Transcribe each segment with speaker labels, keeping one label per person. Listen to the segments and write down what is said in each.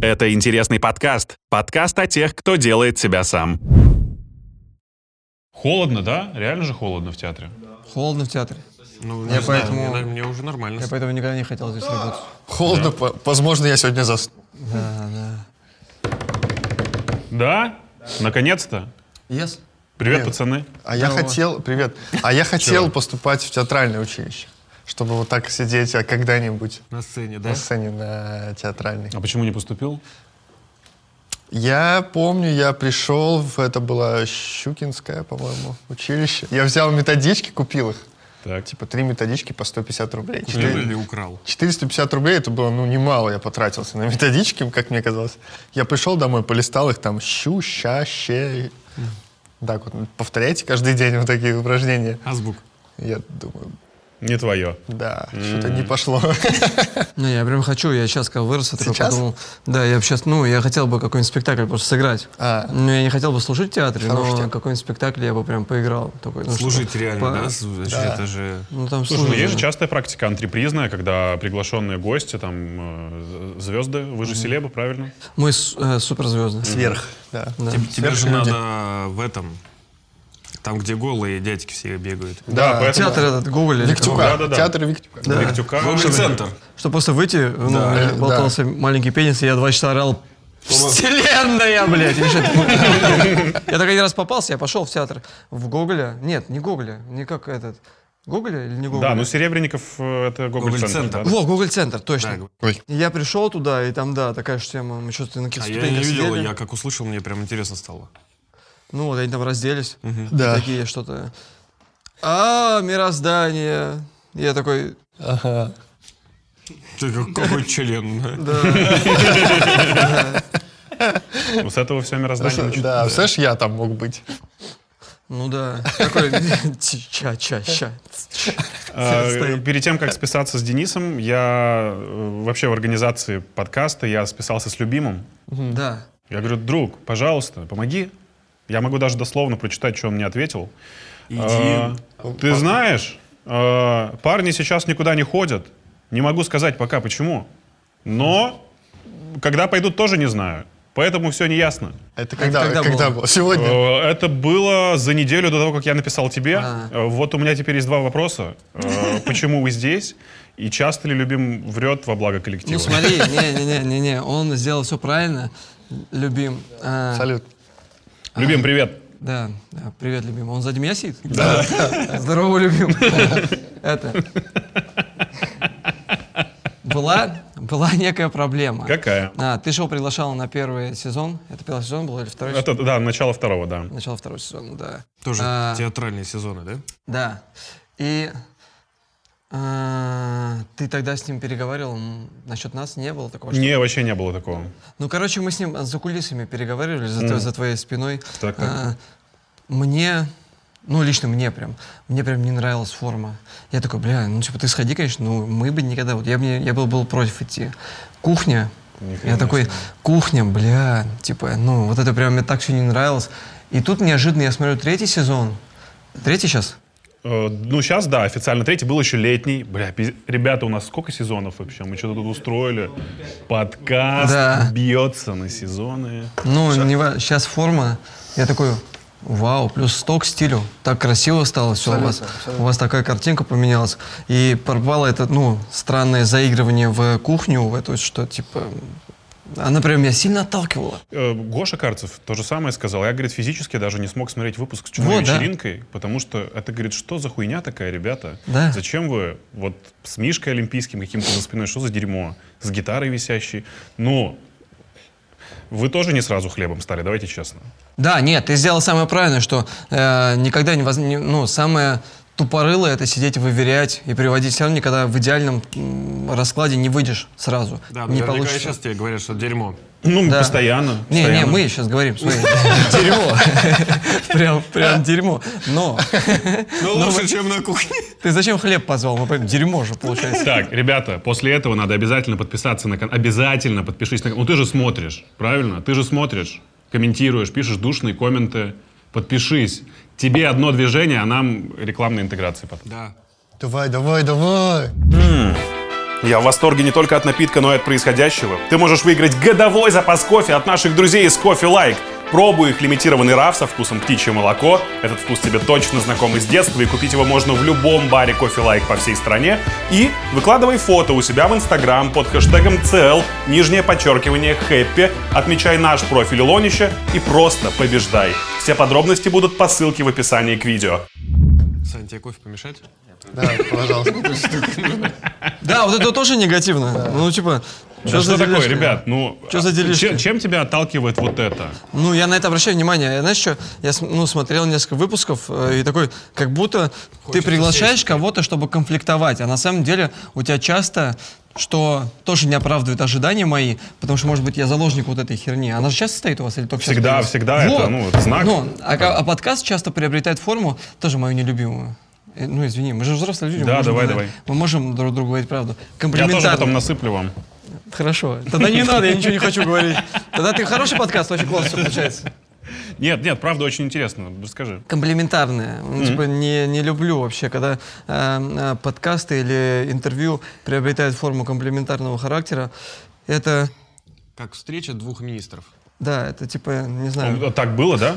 Speaker 1: Это интересный подкаст. Подкаст о тех, кто делает себя сам.
Speaker 2: Холодно, да? Реально же холодно в театре.
Speaker 3: Холодно в театре.
Speaker 4: Ну,
Speaker 3: Я поэтому-
Speaker 4: мне, мне уже нормально.
Speaker 3: Я поэтому никогда не хотел здесь работать.
Speaker 5: Холодно, по- возможно, я сегодня засну.
Speaker 3: Да, да.
Speaker 2: Да? Наконец-то.
Speaker 5: Yes.
Speaker 2: Привет,
Speaker 5: Привет.
Speaker 2: пацаны.
Speaker 5: А я
Speaker 3: Здорово.
Speaker 5: хотел, привет, а я хотел поступать в театральное училище, чтобы вот так сидеть а, когда-нибудь
Speaker 4: На сцене, да?
Speaker 5: на сцене на театральной.
Speaker 2: А почему не поступил?
Speaker 5: Я помню, я пришел, в, это было Щукинское, по-моему, училище. Я взял методички, купил их.
Speaker 2: Так.
Speaker 5: Типа три методички по 150 рублей. Четыре-
Speaker 4: Или украл.
Speaker 5: 450 рублей, это было, ну, немало я потратился на методички, как мне казалось. Я пришел домой, полистал их там щу, ща, ще. Так вот, повторяйте каждый день вот такие упражнения.
Speaker 4: Азбук.
Speaker 5: Я думаю,
Speaker 2: Не твое.
Speaker 5: да, что-то не пошло.
Speaker 3: Не, я прям хочу, я сейчас как вырос, я такой
Speaker 5: Сейчас?
Speaker 3: подумал. Да, я сейчас, ну, я хотел бы какой-нибудь спектакль просто сыграть.
Speaker 5: А.
Speaker 3: Ну, я не хотел бы служить в театре,
Speaker 5: Хороший
Speaker 3: но
Speaker 5: тема.
Speaker 3: какой-нибудь спектакль я бы прям поиграл. Такой, ну,
Speaker 4: Служить
Speaker 3: чтобы
Speaker 4: реально,
Speaker 3: по-
Speaker 4: да? Значит, это же...
Speaker 3: Ну, там
Speaker 2: Слушай, ну
Speaker 3: служба,
Speaker 2: есть же
Speaker 3: да.
Speaker 2: частая практика антрепризная, когда приглашенные гости, там, э, звезды, вы же селебы, правильно?
Speaker 3: Мы с- э, суперзвезды.
Speaker 5: Сверх. Да.
Speaker 4: Тебе, тебе же
Speaker 5: Сверхлюди.
Speaker 4: надо в этом... Там, где голые дядьки все бегают.
Speaker 5: Да,
Speaker 2: поэтому- ну,
Speaker 3: Театр этот, Гоголь. или
Speaker 5: Виктюка.
Speaker 2: Да, да, да.
Speaker 5: Театр Виктюка.
Speaker 2: Виктюка.
Speaker 4: Голый центр.
Speaker 3: Чтобы просто выйти, ну, у меня
Speaker 5: э,
Speaker 3: болтался маленький пенис, и я два часа орал. Вселенная, блядь! или что-то. Я так один раз попался, я пошел в театр. В Гоголя. Нет, не Гоголя. Не как этот. Гоголя или не Гоголя?
Speaker 2: Да, ну Серебренников э, это Гоголь-центр.
Speaker 4: Гоголь-центр.
Speaker 2: да?
Speaker 3: Во, Гоголь-центр, точно.
Speaker 4: Да,
Speaker 5: Ой.
Speaker 3: Я пришел туда, и там, да, такая же тема. Мы что-то на каких-то
Speaker 4: А я не
Speaker 3: ступеньках
Speaker 4: видел,
Speaker 3: сидели.
Speaker 4: я как услышал, мне прям интересно стало.
Speaker 3: Ну вот, они там разделись.
Speaker 5: Да.
Speaker 3: Такие что-то. А, мироздание. Я такой,
Speaker 4: Ты как- какой член?
Speaker 2: Вот с этого все мироздание начи-
Speaker 5: Да, представляешь, я там мог быть.
Speaker 3: ну да. Такой, ча-ча-ча.
Speaker 2: А,
Speaker 3: Стоит.
Speaker 2: Перед тем, как списаться с Денисом, я э, вообще в организации подкаста, я списался с любимым.
Speaker 3: Да.
Speaker 2: Я говорю, друг, пожалуйста, помоги. Я могу даже дословно прочитать, что он мне ответил. А,
Speaker 4: Иди.
Speaker 2: Ты знаешь, а, парни сейчас никуда не ходят. Не могу сказать пока почему. Но когда пойдут, тоже не знаю. Поэтому все неясно.
Speaker 5: Это когда,
Speaker 3: когда
Speaker 5: когда
Speaker 3: было?
Speaker 5: было? Сегодня.
Speaker 2: Э, Это было за неделю до того, как я написал тебе.
Speaker 3: А.
Speaker 2: Э, Вот у меня теперь есть два вопроса. Э, Почему вы здесь? И часто ли любим врет во благо коллектива?
Speaker 3: Ну смотри, не-не-не-не, он сделал все правильно, любим. А,
Speaker 5: Салют.
Speaker 2: Любим, привет.
Speaker 3: Да, да, привет, любим. Он сзади меня сидит? Да. Здорово, любим. Это. Была, была некая проблема.
Speaker 2: Какая?
Speaker 3: А, ты шоу приглашала на первый сезон. Это первый сезон был или второй? сезон?
Speaker 2: Это, да, начало второго, да.
Speaker 3: Начало второго сезона, да.
Speaker 4: Тоже
Speaker 3: А,
Speaker 4: театральные сезоны, да?
Speaker 3: Да. И а, ты тогда с ним переговаривал м, насчет нас? Не было такого? что-
Speaker 2: Не, вообще не было такого.
Speaker 3: Ну, короче, мы с ним за кулисами переговаривали, за, тво- за твоей спиной.
Speaker 2: Так, так.
Speaker 3: А, мне, ну, лично мне прям, мне прям не нравилась форма. Я такой, бля, ну, типа, ты сходи, конечно, ну, мы бы никогда, вот я, бы не- я был, был против идти. Кухня, я такой, кухня, бля, типа, ну, вот это прям мне так все не нравилось. И тут неожиданно я смотрю третий сезон, третий сейчас?
Speaker 2: Э, Ну, сейчас, да, официально третий. Был еще летний. Бля, пиз- ребята, у нас сколько сезонов вообще? Мы что-то тут устроили. Подкаст
Speaker 3: Да.
Speaker 2: бьется на сезоны.
Speaker 3: Ну, не ва- сейчас форма. Я такой, вау, плюс сток к стилю. Так красиво стало все у вас. У вас такая картинка поменялась. И порвало это, ну, странное заигрывание в кухню, в эту, что, типа... Она прям меня сильно отталкивала.
Speaker 2: Э, Гоша Карцев то же самое сказал. Я, говорит, физически даже не смог смотреть выпуск с «Чумной
Speaker 3: Вот, да.
Speaker 2: вечеринкой», потому что это, говорит, что за хуйня такая, ребята?
Speaker 3: Да.
Speaker 2: Зачем вы вот с Мишкой Олимпийским каким-то за спиной, что за дерьмо? С гитарой висящей? Ну, вы тоже не сразу хлебом стали, давайте честно.
Speaker 3: Да, нет, ты сделал самое правильное, что э, никогда не, воз... не- Ну, самое тупорылое — это сидеть и выверять и приводить. Все равно никогда в идеальном м, раскладе не выйдешь сразу.
Speaker 4: Да,
Speaker 3: не
Speaker 4: наверняка
Speaker 3: получится.
Speaker 4: сейчас тебе говорят, что дерьмо.
Speaker 2: Ну,
Speaker 3: Да.
Speaker 2: постоянно.
Speaker 3: Не, не,
Speaker 2: постоянно.
Speaker 3: мы сейчас говорим, смотри, дерьмо. Прям, прям дерьмо. Но
Speaker 4: Ну, лучше, чем на кухне.
Speaker 3: ты зачем хлеб позвал? Мы прям дерьмо же получается.
Speaker 2: Так, ребята, после этого надо обязательно подписаться на кан- Обязательно подпишись на кан- Ну ты же смотришь, правильно? Ты же смотришь, комментируешь, пишешь душные комменты. Подпишись. Тебе одно движение, а нам рекламная интеграция потом.
Speaker 4: Да.
Speaker 5: Давай, давай, давай.
Speaker 1: Я в восторге не только от напитка, но и от происходящего. Ты можешь выиграть годовой запас кофе от наших друзей из Кофе Лайк. Пробуй их лимитированный раф со вкусом птичье молоко. Этот вкус тебе точно знаком из детства, и купить его можно в любом баре Кофе Лайк по всей стране. И выкладывай фото у себя в Инстаграм под хэштегом CL, нижнее подчеркивание Хэппи, отмечай наш профиль Лонища и просто побеждай. Все подробности будут по ссылке в описании к видео.
Speaker 4: Сань, тебе кофе помешать?
Speaker 5: Да, пожалуйста.
Speaker 3: Да, вот это тоже негативно. Ну, типа,
Speaker 2: Да что
Speaker 3: за
Speaker 2: такое,
Speaker 3: делишки?
Speaker 2: ребят? Ну,
Speaker 3: Чё за
Speaker 2: а,
Speaker 3: делишки?
Speaker 2: чем, чем тебя отталкивает вот это?
Speaker 3: Ну, я на это обращаю внимание. Я, Знаешь, что? Я см- ну, смотрел несколько выпусков э, и такой, как будто ты приглашаешь кого-то, чтобы конфликтовать, а на самом деле у тебя часто что тоже не оправдывает ожидания мои, потому что, может быть, я заложник вот этой херни. Она же часто стоит у вас или только сейчас
Speaker 2: Всегда,
Speaker 3: появилась?
Speaker 2: всегда это, ну, это знак.
Speaker 3: Ну, а, ка- а подкаст часто приобретает форму, тоже мою нелюбимую. Э, Ну, извини, мы же взрослые люди. мы
Speaker 2: Да,
Speaker 3: можем
Speaker 2: давай,
Speaker 3: говорить-
Speaker 2: давай.
Speaker 3: Мы можем друг другу говорить правду.
Speaker 2: Я
Speaker 3: Комплиментарно.
Speaker 2: тоже потом насыплю вам.
Speaker 3: Хорошо. Тогда не надо, я ничего не хочу говорить. Тогда ты хороший подкаст, очень классно все получается.
Speaker 2: Нет, нет, правда очень интересно. Расскажи.
Speaker 3: комплиментарное. Ну, Типа не, не люблю вообще, когда э, э, подкасты или интервью приобретают форму комплиментарного характера. Это,
Speaker 4: Как встреча двух министров.
Speaker 3: да, это типа, не знаю.
Speaker 2: Ну, Так было, да?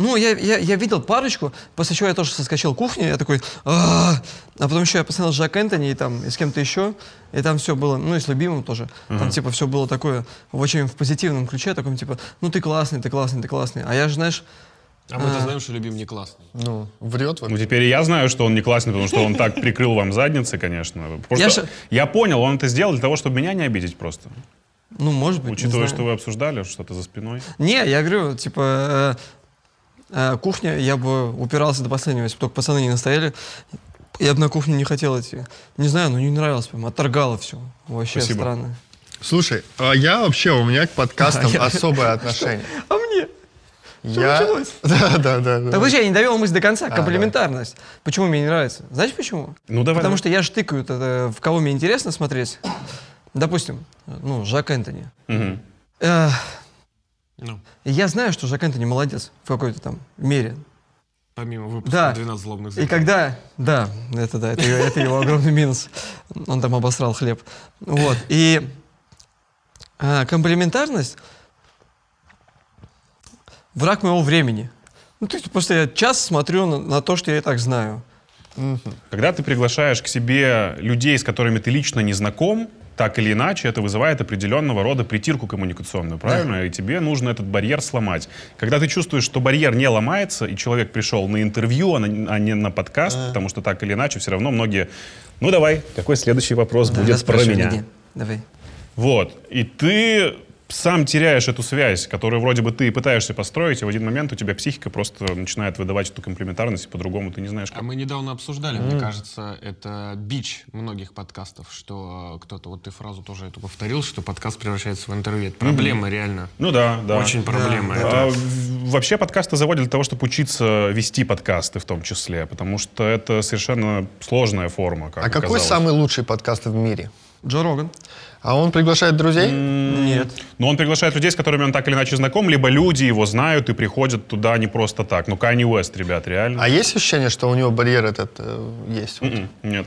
Speaker 3: Ну, я, я, я видел парочку, после чего я тоже соскочил к кухне, я такой, «А-а-а». а потом еще я посмотрел Жак Энтони и там, и с кем-то еще, и там все было, ну, и с любимым тоже, там, типа, все было такое, в очень в позитивном ключе, таком, типа, ну, ты классный, ты классный, ты классный, а я же, знаешь,
Speaker 4: А мы-то знаем, что любим не классный.
Speaker 5: Ну, врет
Speaker 2: Ну,
Speaker 5: вообще.
Speaker 2: теперь и я знаю, что он не классный, потому что он так прикрыл вам задницы, конечно. Просто
Speaker 3: Я же-
Speaker 2: я понял, он это сделал для того, чтобы меня не обидеть просто.
Speaker 3: ну, может быть, не
Speaker 2: Учитывая,
Speaker 3: знаю.
Speaker 2: что вы обсуждали что-то за спиной.
Speaker 3: Не, я говорю, типа, э, э, кухня, я бы упирался до последнего, если бы только пацаны не настояли. Я бы на кухню не хотел идти. Не знаю, ну не нравилось прям, отторгало все. Вообще
Speaker 2: Спасибо.
Speaker 3: странно.
Speaker 5: Слушай, а я вообще, у меня к подкастам особое отношение.
Speaker 3: А мне?
Speaker 5: Я...
Speaker 3: началось?
Speaker 5: Да, да, да. да.
Speaker 3: Так вообще, я не довел мысль до конца.
Speaker 2: А,
Speaker 5: да.
Speaker 3: Комплиментарность. Почему мне не нравится? Знаешь почему?
Speaker 2: Ну, давай, давай.
Speaker 3: Потому что я ж тыкаю, это, э, в кого мне интересно смотреть. Допустим, ну, Жак Энтони.
Speaker 2: Мгм.
Speaker 3: Эх,
Speaker 4: Ну,
Speaker 3: я знаю, что Жак Энтони молодец в какой-то там мере.
Speaker 4: помимо выпуска
Speaker 3: Да.
Speaker 4: 12
Speaker 3: И
Speaker 4: злобных зверей.
Speaker 3: когда, да, это да, это, его- это его огромный минус. Он там обосрал хлеб. Вот. И а, комплементарность враг моего времени. Ну, то есть просто я час смотрю на, на то, что я и так знаю.
Speaker 2: Когда ты приглашаешь к себе людей, с которыми ты лично не знаком, так или иначе, это вызывает определенного рода притирку коммуникационную, правильно? И тебе нужно этот барьер сломать. Когда ты чувствуешь, что барьер не ломается, и человек пришел на интервью, а на- а не на подкаст, потому что так или иначе все равно многие... Ну давай, какой следующий вопрос
Speaker 3: Я
Speaker 2: будет про
Speaker 3: спрашиваю
Speaker 2: меня?
Speaker 3: людей. Давай.
Speaker 2: Вот. И ты сам теряешь эту связь, которую вроде бы ты и пытаешься построить, и в один момент у тебя психика просто начинает выдавать эту комплементарность, и по-другому ты не знаешь,
Speaker 4: А
Speaker 2: как.
Speaker 4: мы недавно обсуждали, мне кажется, это бич многих подкастов, что э, кто-то, вот ты фразу тоже эту повторил, что подкаст превращается в интервью. Это проблема, реально.
Speaker 2: Ну да, да.
Speaker 4: Очень проблема.
Speaker 2: А,
Speaker 4: это.
Speaker 2: в- Вообще подкасты заводят для того, чтобы учиться вести подкасты в том числе, потому что это совершенно сложная форма, как
Speaker 5: А какой
Speaker 2: оказалось.
Speaker 5: самый лучший подкаст в мире?
Speaker 3: Джо Роган.
Speaker 5: А он приглашает друзей?
Speaker 3: Нет.
Speaker 2: Но он приглашает людей, с которыми он так или иначе знаком, либо люди его знают и приходят туда не просто так. Ну, Kanye West, ребят, реально.
Speaker 5: А есть ощущение, что у него барьер этот э, есть? Вот.
Speaker 2: М, Нет.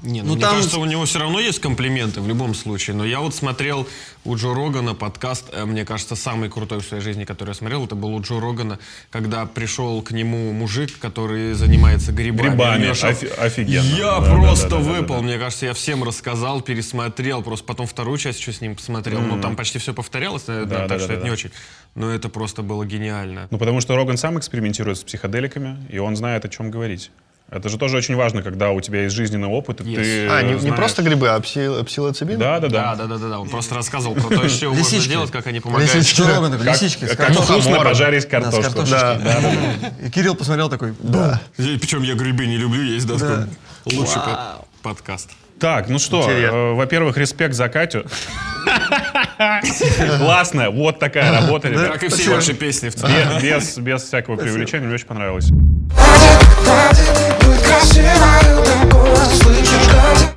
Speaker 4: Не, ну,
Speaker 3: Ну,
Speaker 4: мне
Speaker 3: там-
Speaker 4: кажется, у него все равно есть комплименты в любом случае. Но я вот смотрел у Джо Рогана подкаст, э, мне кажется, самый крутой в своей жизни, который я смотрел, это был у Джо Рогана, когда пришел к нему мужик, который занимается грибами.
Speaker 2: Грибами.
Speaker 4: Леша,
Speaker 2: Офи- офигенно.
Speaker 4: Я
Speaker 2: Да, да,
Speaker 4: просто
Speaker 2: да, да, да, да.
Speaker 4: выпал. Мне кажется, я всем рассказал, пересмотрел. Просто потом вторую часть еще с ним посмотрел. но там почти все повторялось, наверное,
Speaker 2: Да, да,
Speaker 4: так
Speaker 2: да,
Speaker 4: что это
Speaker 2: да,
Speaker 4: не
Speaker 2: да.
Speaker 4: очень. Но это просто было гениально.
Speaker 2: Ну, потому что Роган сам экспериментирует с психоделиками, и он знает, о чем говорить. Это же тоже очень важно, когда у тебя есть жизненный опыт, и
Speaker 4: Yes.
Speaker 2: ты
Speaker 5: А, не, не
Speaker 2: знаешь.
Speaker 5: просто грибы, а пси- псилоцибин?
Speaker 2: Да, да,
Speaker 4: Да,
Speaker 2: Ну, да.
Speaker 4: да, да, да, да. Он просто рассказывал про то, что можно
Speaker 3: Лисички.
Speaker 4: делать, как они помогают.
Speaker 5: Лисички.
Speaker 3: Джо Роган, такой,
Speaker 2: Как-
Speaker 3: лисички. с
Speaker 2: Как,
Speaker 3: картошкой.
Speaker 2: вкусно
Speaker 5: Мором.
Speaker 2: пожарить
Speaker 3: Да, с
Speaker 2: картошку.
Speaker 3: картошечкой.
Speaker 5: Да,
Speaker 3: И Кирилл посмотрел такой, бум.
Speaker 4: Причем я грибы не люблю, есть доска. Лучший под- подкаст.
Speaker 2: Так, ну что,
Speaker 5: Интересно.
Speaker 2: э, во-первых, респект за Катю. Классно, вот такая работа, ребят.
Speaker 4: Как и все ваши песни в целом.
Speaker 2: Без- Без, без всякого преувеличения, мне очень понравилось.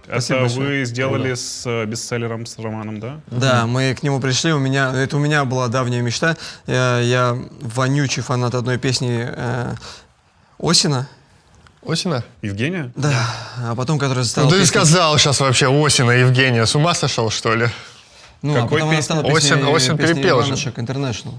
Speaker 2: Это вы сделали с э, бестселлером, с романом, да?
Speaker 3: Да, мы к нему пришли. У меня это у меня была давняя мечта. Я, я вонючий фанат одной песни э, Осина.
Speaker 5: Осина?
Speaker 2: Евгения?
Speaker 3: Да. А потом, которая
Speaker 5: Ну
Speaker 3: стала...
Speaker 5: ты сказал сейчас вообще Осина, Евгения. С ума сошел, что ли?
Speaker 3: Ну, а
Speaker 2: Какой
Speaker 3: потом она
Speaker 2: песни?
Speaker 3: стала
Speaker 5: Осень-
Speaker 3: песней,
Speaker 5: осень
Speaker 3: песней
Speaker 5: перепела же.
Speaker 3: Иванушек International.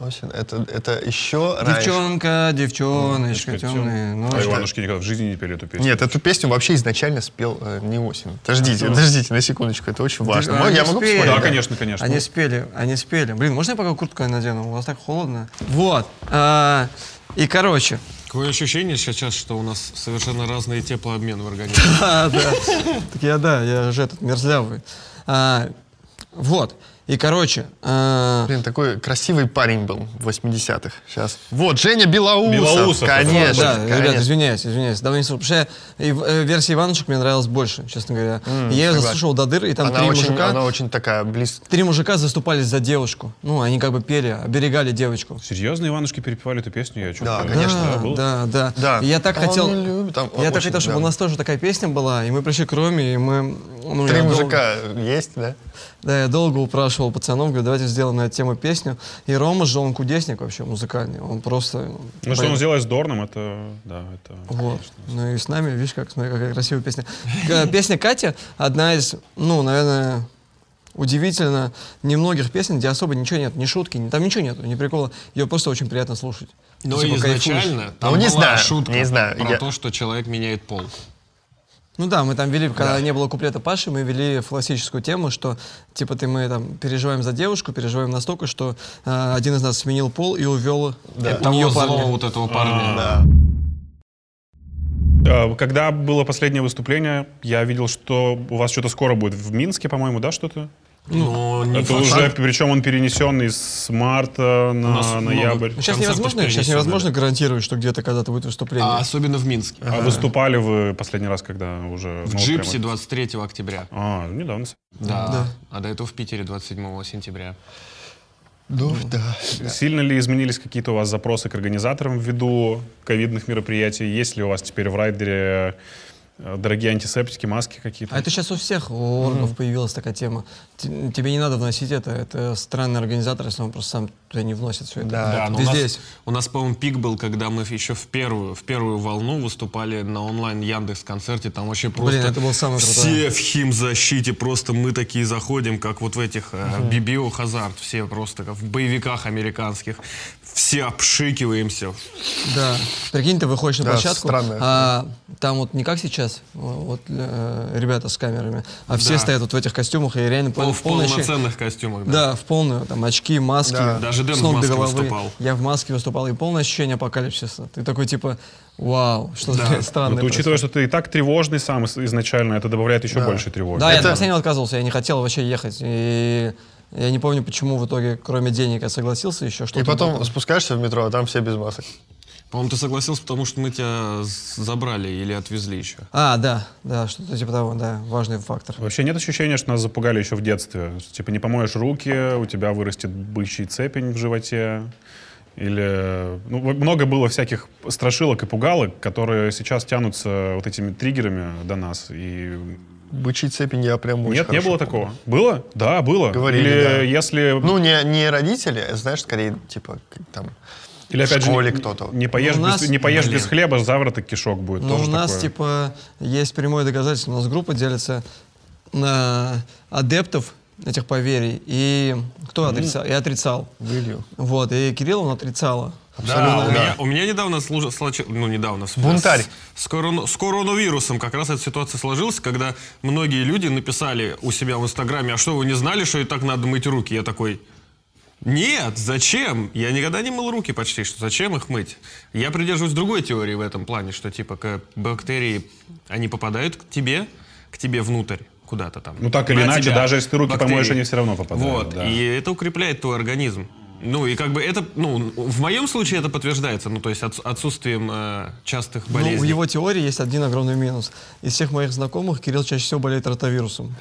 Speaker 5: Осин, это, это еще раньше.
Speaker 3: Девчонка, девчоночка, темные ну,
Speaker 2: А
Speaker 3: ночи.
Speaker 2: Иванушки никогда в жизни не пели эту песню.
Speaker 5: Нет, эту песню вообще изначально спел э, не Осин. Подождите, подождите на секундочку, это очень важно.
Speaker 3: а
Speaker 5: Мо- я
Speaker 3: не
Speaker 5: могу
Speaker 3: успели.
Speaker 5: вспомнить?
Speaker 2: Да, конечно, конечно.
Speaker 3: Они спели, они спели. Блин, можно я пока куртку надену? У вас так холодно. Вот. А, И короче.
Speaker 4: Такое ощущение сейчас, что у нас совершенно разные теплообмен в организме.
Speaker 3: А, да. Так я, да, я же этот мерзлявый. А, Вот. И короче. а,
Speaker 5: Блин, такой красивый парень был в 80-х. Сейчас. Вот, Женя Белоусов.
Speaker 2: Белоусов,
Speaker 5: Конечно.
Speaker 3: Да,
Speaker 5: конечно.
Speaker 3: ребят, извиняюсь, извиняюсь. Давно не слушал. Потому что я, и, э, версия Иванушек мне нравилась больше, честно говоря. я ее
Speaker 5: согласен.
Speaker 3: заслушал до дыры, и там
Speaker 5: она,
Speaker 3: три
Speaker 5: очень,
Speaker 3: мужика.
Speaker 5: она очень такая близ...
Speaker 3: Три мужика заступались за девушку. Ну, они как бы пели, оберегали девочку.
Speaker 2: Серьезно, Иванушки перепевали эту песню? Я чё-то-
Speaker 5: Да, конечно,
Speaker 3: да,
Speaker 2: было.
Speaker 3: да, да,
Speaker 5: Да.
Speaker 3: И Я так
Speaker 5: А он
Speaker 3: хотел,
Speaker 5: не любит, там
Speaker 3: я
Speaker 5: очень,
Speaker 3: так хотел, чтобы
Speaker 5: да.
Speaker 3: у нас тоже такая песня была, и мы пришли к Роме, и мы, ну,
Speaker 5: Три
Speaker 3: я долго-
Speaker 5: мужика есть, да?
Speaker 3: да, я долго упрашивал пацанов, говорю, давайте сделаем на эту тему песню. И Рома же, он кудесник вообще музыкальный, он просто.
Speaker 2: Ну, что он сделал с Дорном, это... Да, это...
Speaker 3: Вот. Ну и с нами, видишь, как, смотри, какая красивая песня. К- э, Песня Катя одна из, ну, наверное, удивительно немногих песен, где особо ничего нет, ни шутки, ни, там ничего нету, ни прикола. Ее просто очень приятно слушать.
Speaker 4: Но
Speaker 3: Типа, кайфуешь.
Speaker 4: Ну изначально там
Speaker 5: Ну, не
Speaker 4: была
Speaker 5: знаю,
Speaker 4: шутка
Speaker 5: не знаю,
Speaker 4: про
Speaker 5: я-
Speaker 4: то, что человек меняет пол.
Speaker 3: Ну да, мы там вели, когда не было куплета Паши, мы вели классическую тему, что типа ты мы там переживаем за девушку, переживаем настолько, что э, один из нас сменил пол и увел
Speaker 4: Это
Speaker 3: у нее
Speaker 4: того злого
Speaker 3: парня.
Speaker 4: вот этого парня.
Speaker 2: Э, Когда было последнее выступление, я видел, что у вас что-то скоро будет в Минске, по-моему, да, что-то?
Speaker 4: Но Ну, не
Speaker 2: это
Speaker 4: факт.
Speaker 2: уже, причем он перенесен из марта
Speaker 4: У нас
Speaker 2: на
Speaker 4: много.
Speaker 2: ноябрь.
Speaker 3: Ну, сейчас
Speaker 4: концертов
Speaker 3: невозможно, сейчас
Speaker 4: перенесено,
Speaker 3: невозможно гарантировать, что где-то когда-то будет выступление.
Speaker 4: А особенно в Минске.
Speaker 2: А выступали вы последний раз, когда уже...
Speaker 4: В
Speaker 2: ну, вот
Speaker 4: Джипсе
Speaker 2: прямо-
Speaker 4: 23 октября.
Speaker 2: А, недавно.
Speaker 4: Да.
Speaker 3: Да.
Speaker 4: А до этого в Питере 27 сентября.
Speaker 5: Ну, да.
Speaker 2: Сильно ли изменились какие-то у вас запросы к организаторам ввиду ковидных мероприятий? Есть ли у вас теперь в райдере э, дорогие антисептики, маски какие-то? Ну,
Speaker 3: А это сейчас у всех у органов появилась такая тема. Т- Тебе не надо вносить это, это странный организатор, если он просто сам туда не вносит все это.
Speaker 5: Да,
Speaker 4: но у
Speaker 3: Везде
Speaker 4: нас,
Speaker 3: есть.
Speaker 4: у нас, по-моему, пик был, когда мы еще в первую, в первую волну выступали на онлайн Яндекс концерте. Там вообще просто
Speaker 3: это был самый крутой.
Speaker 4: все в химзащите, просто мы такие заходим, как вот в этих э, Бибио Хазард, все просто как в боевиках американских, все обшикиваемся.
Speaker 3: Да. Прикинь, ты выходишь на
Speaker 5: Да,
Speaker 3: площадку,
Speaker 5: странно.
Speaker 3: а там вот не как сейчас, вот э, ребята с камерами, а все
Speaker 4: Да.
Speaker 3: стоят вот в этих костюмах и реально
Speaker 4: Пол-
Speaker 3: пол-
Speaker 4: в
Speaker 3: полная щи-
Speaker 4: полноценных костюмах.
Speaker 3: Да, в полную, там очки, маски.
Speaker 5: Да.
Speaker 4: Даже Дэн
Speaker 3: с
Speaker 4: в
Speaker 3: ног до
Speaker 4: маске
Speaker 3: головы.
Speaker 4: выступал.
Speaker 3: Я в маске выступал, и полное ощущение апокалипсиса. Ты такой типа, вау, что
Speaker 4: Да.
Speaker 3: за
Speaker 2: Ну,
Speaker 3: странное.
Speaker 2: ты, учитывая,
Speaker 3: происходит».
Speaker 2: что ты и так тревожный сам из- изначально, это добавляет еще больше тревоги.
Speaker 3: Да, я
Speaker 5: Это-
Speaker 3: до последнего отказывался, я не хотел вообще ехать. И я не помню, почему в итоге, кроме денег, я согласился еще что-то.
Speaker 5: И потом
Speaker 3: было.
Speaker 5: спускаешься в метро, а там все без масок.
Speaker 4: По-моему, ты согласился, потому что мы тебя з- забрали или отвезли еще.
Speaker 3: А, да, да, что-то типа того, да, важный фактор.
Speaker 2: Вообще нет ощущения, что нас запугали еще в детстве? Что, Типа не помоешь руки, у тебя вырастет бычий цепень в животе? Или... Ну, во- много было всяких страшилок и пугалок, которые сейчас тянутся вот этими триггерами до нас. И...
Speaker 5: Бычий цепень я прям очень
Speaker 2: Нет, не
Speaker 5: хорошо
Speaker 2: было
Speaker 5: помню.
Speaker 2: такого? Было? Да, было.
Speaker 5: Говорили,
Speaker 2: Или
Speaker 5: да.
Speaker 2: если...
Speaker 5: Ну, не, не родители, а, знаешь, скорее, типа, к- там,
Speaker 2: Или,
Speaker 5: в
Speaker 2: опять же,
Speaker 5: школе
Speaker 2: не-
Speaker 5: кто-то.
Speaker 2: Не поешь,
Speaker 3: Ну, у
Speaker 2: без,
Speaker 3: нас-
Speaker 2: не поешь
Speaker 4: Блин.
Speaker 2: без хлеба, завраток кишок будет.
Speaker 3: Но
Speaker 2: Тоже
Speaker 3: Ну, у нас,
Speaker 2: такое.
Speaker 3: типа, есть прямое доказательство. У нас группа делится на адептов этих поверий и кто отрицал? Я отрицал.
Speaker 5: вылью.
Speaker 3: Вот, и Кирилл, он отрицала.
Speaker 4: Да, у,
Speaker 5: да.
Speaker 4: Меня, у меня недавно служ- случи- ну недавно, в смысле,
Speaker 5: Бунтарь.
Speaker 4: С, с корон- с коронавирусом как раз эта ситуация сложилась, когда многие люди написали у себя в Инстаграме, а что, вы не знали, что и так надо мыть руки? Я такой, нет, зачем? Я никогда не мыл руки почти, что зачем их мыть? Я придерживаюсь другой теории в этом плане, что типа к- бактерии, они попадают к тебе, к тебе внутрь, куда-то там.
Speaker 2: Ну, так или
Speaker 4: На
Speaker 2: иначе,
Speaker 4: тебя
Speaker 2: даже если ты руки помоешь, они всё равно попадают,
Speaker 4: Вот,
Speaker 2: да.
Speaker 4: и и это укрепляет твой организм. Ну и как бы это, ну, в моем случае это подтверждается, ну, то есть отс- отсутствием э, частых
Speaker 3: Но
Speaker 4: болезней.
Speaker 3: в Ну, его теории есть один огромный минус. Из всех моих знакомых Кирилл чаще всего болеет Типа, ротовирусом.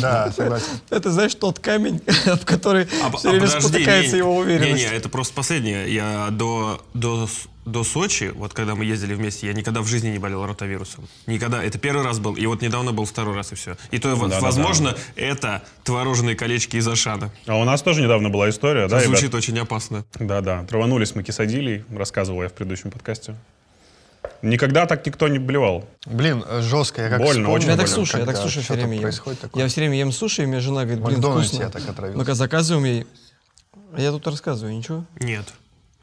Speaker 5: Да, согласен.
Speaker 3: Это, знаешь, тот камень, об который
Speaker 4: А п-
Speaker 3: все
Speaker 4: а
Speaker 3: время
Speaker 4: подожди,
Speaker 3: спотыкается
Speaker 4: не-
Speaker 3: его уверенность.
Speaker 4: Не, не, это просто последнее. Я до, до, С- до Сочи, вот когда мы ездили вместе, я никогда в жизни не болел ротавирусом. Никогда. Это первый раз был, и вот недавно был второй раз, и все. И то, вот,
Speaker 2: да, да,
Speaker 4: возможно, это творожные колечки из Ашана.
Speaker 2: А у нас тоже недавно была история, да, ребят?
Speaker 4: Звучит очень опанулись
Speaker 2: Да-да, траванулись мы кисадилей, рассказывал я в предыдущем подкасте. Никогда так никто не блевал.
Speaker 5: Блин, э, жестко, я как
Speaker 2: Больно,
Speaker 5: вспомню,
Speaker 2: очень
Speaker 3: У меня так
Speaker 2: болен,
Speaker 3: суши, я так
Speaker 5: когда
Speaker 3: суши все
Speaker 5: что-то
Speaker 3: время ем.
Speaker 5: происходит такое.
Speaker 3: Я все время ем суши, и мне жена говорит,
Speaker 5: В
Speaker 3: блин,
Speaker 5: Макдональдсе
Speaker 3: вкусно.
Speaker 5: я так отравился.
Speaker 3: Ну-ка заказываем ей. Я тут рассказываю, ничего.
Speaker 4: Нет.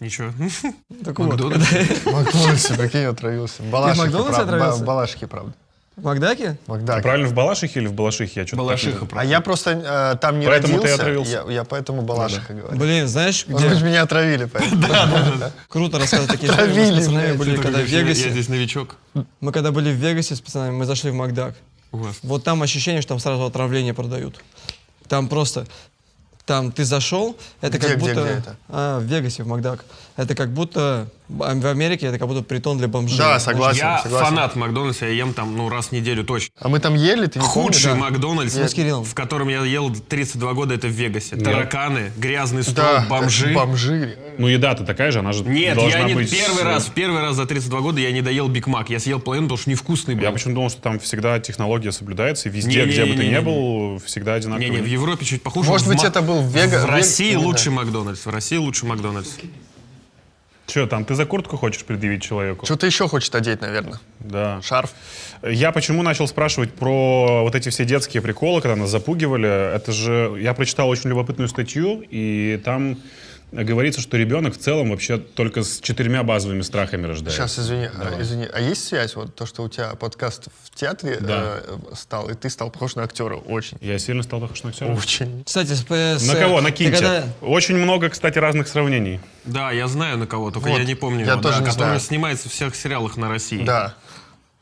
Speaker 4: Ничего.
Speaker 3: Так вот,
Speaker 4: Макдональдс?
Speaker 3: когда я
Speaker 5: В Макдональдсе, прикинь, отравился. Балашихи,
Speaker 3: Макдональдсе
Speaker 5: правда. ба-
Speaker 3: отравился?
Speaker 5: Балашихи, правда.
Speaker 3: в Макдаке,
Speaker 5: Макдак.
Speaker 2: Правильно, в Балашихе или в Балашихе? Я что-то
Speaker 4: Балашиха.
Speaker 5: А я просто э, там не
Speaker 2: Поэтому ты
Speaker 5: родился.
Speaker 2: отравился.
Speaker 5: Я, я поэтому Балашиха говорю.
Speaker 3: блин, знаешь,
Speaker 5: Может быть,
Speaker 3: где
Speaker 5: меня отравили, поэтому.
Speaker 3: круто рассказывать такие истории. Мы с
Speaker 5: Отравили,
Speaker 3: пацанами
Speaker 5: блядь,
Speaker 3: были,
Speaker 4: Ты
Speaker 3: когда в
Speaker 4: такой, я, я
Speaker 3: Вегасе.
Speaker 4: здесь новичок.
Speaker 3: Мы когда были в Вегасе с пацанами, мы зашли в Макдак.
Speaker 4: У вас.
Speaker 3: Вот там ощущение, что там сразу отравление продают. Там просто... Там ты зашел, это
Speaker 5: Где,
Speaker 3: как
Speaker 5: где,
Speaker 3: будто...
Speaker 5: где это?
Speaker 3: А, в Вегасе, в Макдак. Это как будто... а, В Америке это как будто притон для бомжей.
Speaker 5: Да,
Speaker 3: Знаешь,
Speaker 5: согласен,
Speaker 4: Я
Speaker 5: согласен.
Speaker 4: фанат Макдональдса, я ем там, ну, раз в неделю точно.
Speaker 5: А мы там ели, ты не
Speaker 4: Худший
Speaker 5: помнишь?
Speaker 4: Макдональдс,
Speaker 3: Мы с Кириллом.
Speaker 4: в котором я ел 32 года, это в Вегасе. Тараканы, грязный стол,
Speaker 5: Да,
Speaker 4: бомжи.
Speaker 5: Бомжи.
Speaker 2: Блин, Ну еда-то такая же, она же
Speaker 4: Нет,
Speaker 2: должна
Speaker 4: я не
Speaker 2: быть...
Speaker 4: первый раз, в первый раз за 32 года я не доел Биг Мак. Я съел половину, потому что невкусный был.
Speaker 2: Я почему думал, что там всегда технология соблюдается, и везде,
Speaker 4: Не-не-не-не-не.
Speaker 2: где бы ты ни был, всегда одинаково.
Speaker 4: Не-не, в Европе чуть похуже.
Speaker 5: Может
Speaker 4: В
Speaker 5: быть,
Speaker 4: Ма-
Speaker 5: это был
Speaker 4: В
Speaker 5: Вега-
Speaker 4: России
Speaker 5: Вег- не
Speaker 4: лучший Макдональдс. В России лучше Макдональдс.
Speaker 2: Че там, ты за куртку хочешь предъявить человеку?
Speaker 5: Что-то еще хочет одеть, наверное.
Speaker 2: Да.
Speaker 5: Шарф.
Speaker 2: Я почему начал спрашивать про вот эти все детские приколы, когда нас запугивали? Это же я прочитал очень любопытную статью, и там говорится, что ребенок в целом вообще только с четырьмя базовыми страхами рождается.
Speaker 5: Сейчас, извини, а, извини. А есть связь? Вот то, что у тебя подкаст в театре э, стал, и ты стал похож на актера. Очень.
Speaker 2: Я сильно стал похож на актера.
Speaker 5: Очень.
Speaker 3: Кстати, с PS...
Speaker 2: На кого? На
Speaker 3: ты
Speaker 2: Кинти.
Speaker 3: когда-
Speaker 2: Очень много, кстати, разных сравнений.
Speaker 4: Да, я знаю на кого, только
Speaker 5: Вот.
Speaker 4: я не помню
Speaker 5: Я
Speaker 4: его. да,
Speaker 5: тоже не
Speaker 4: который
Speaker 5: знаю.
Speaker 4: снимается в всех сериалах на России.
Speaker 5: Да.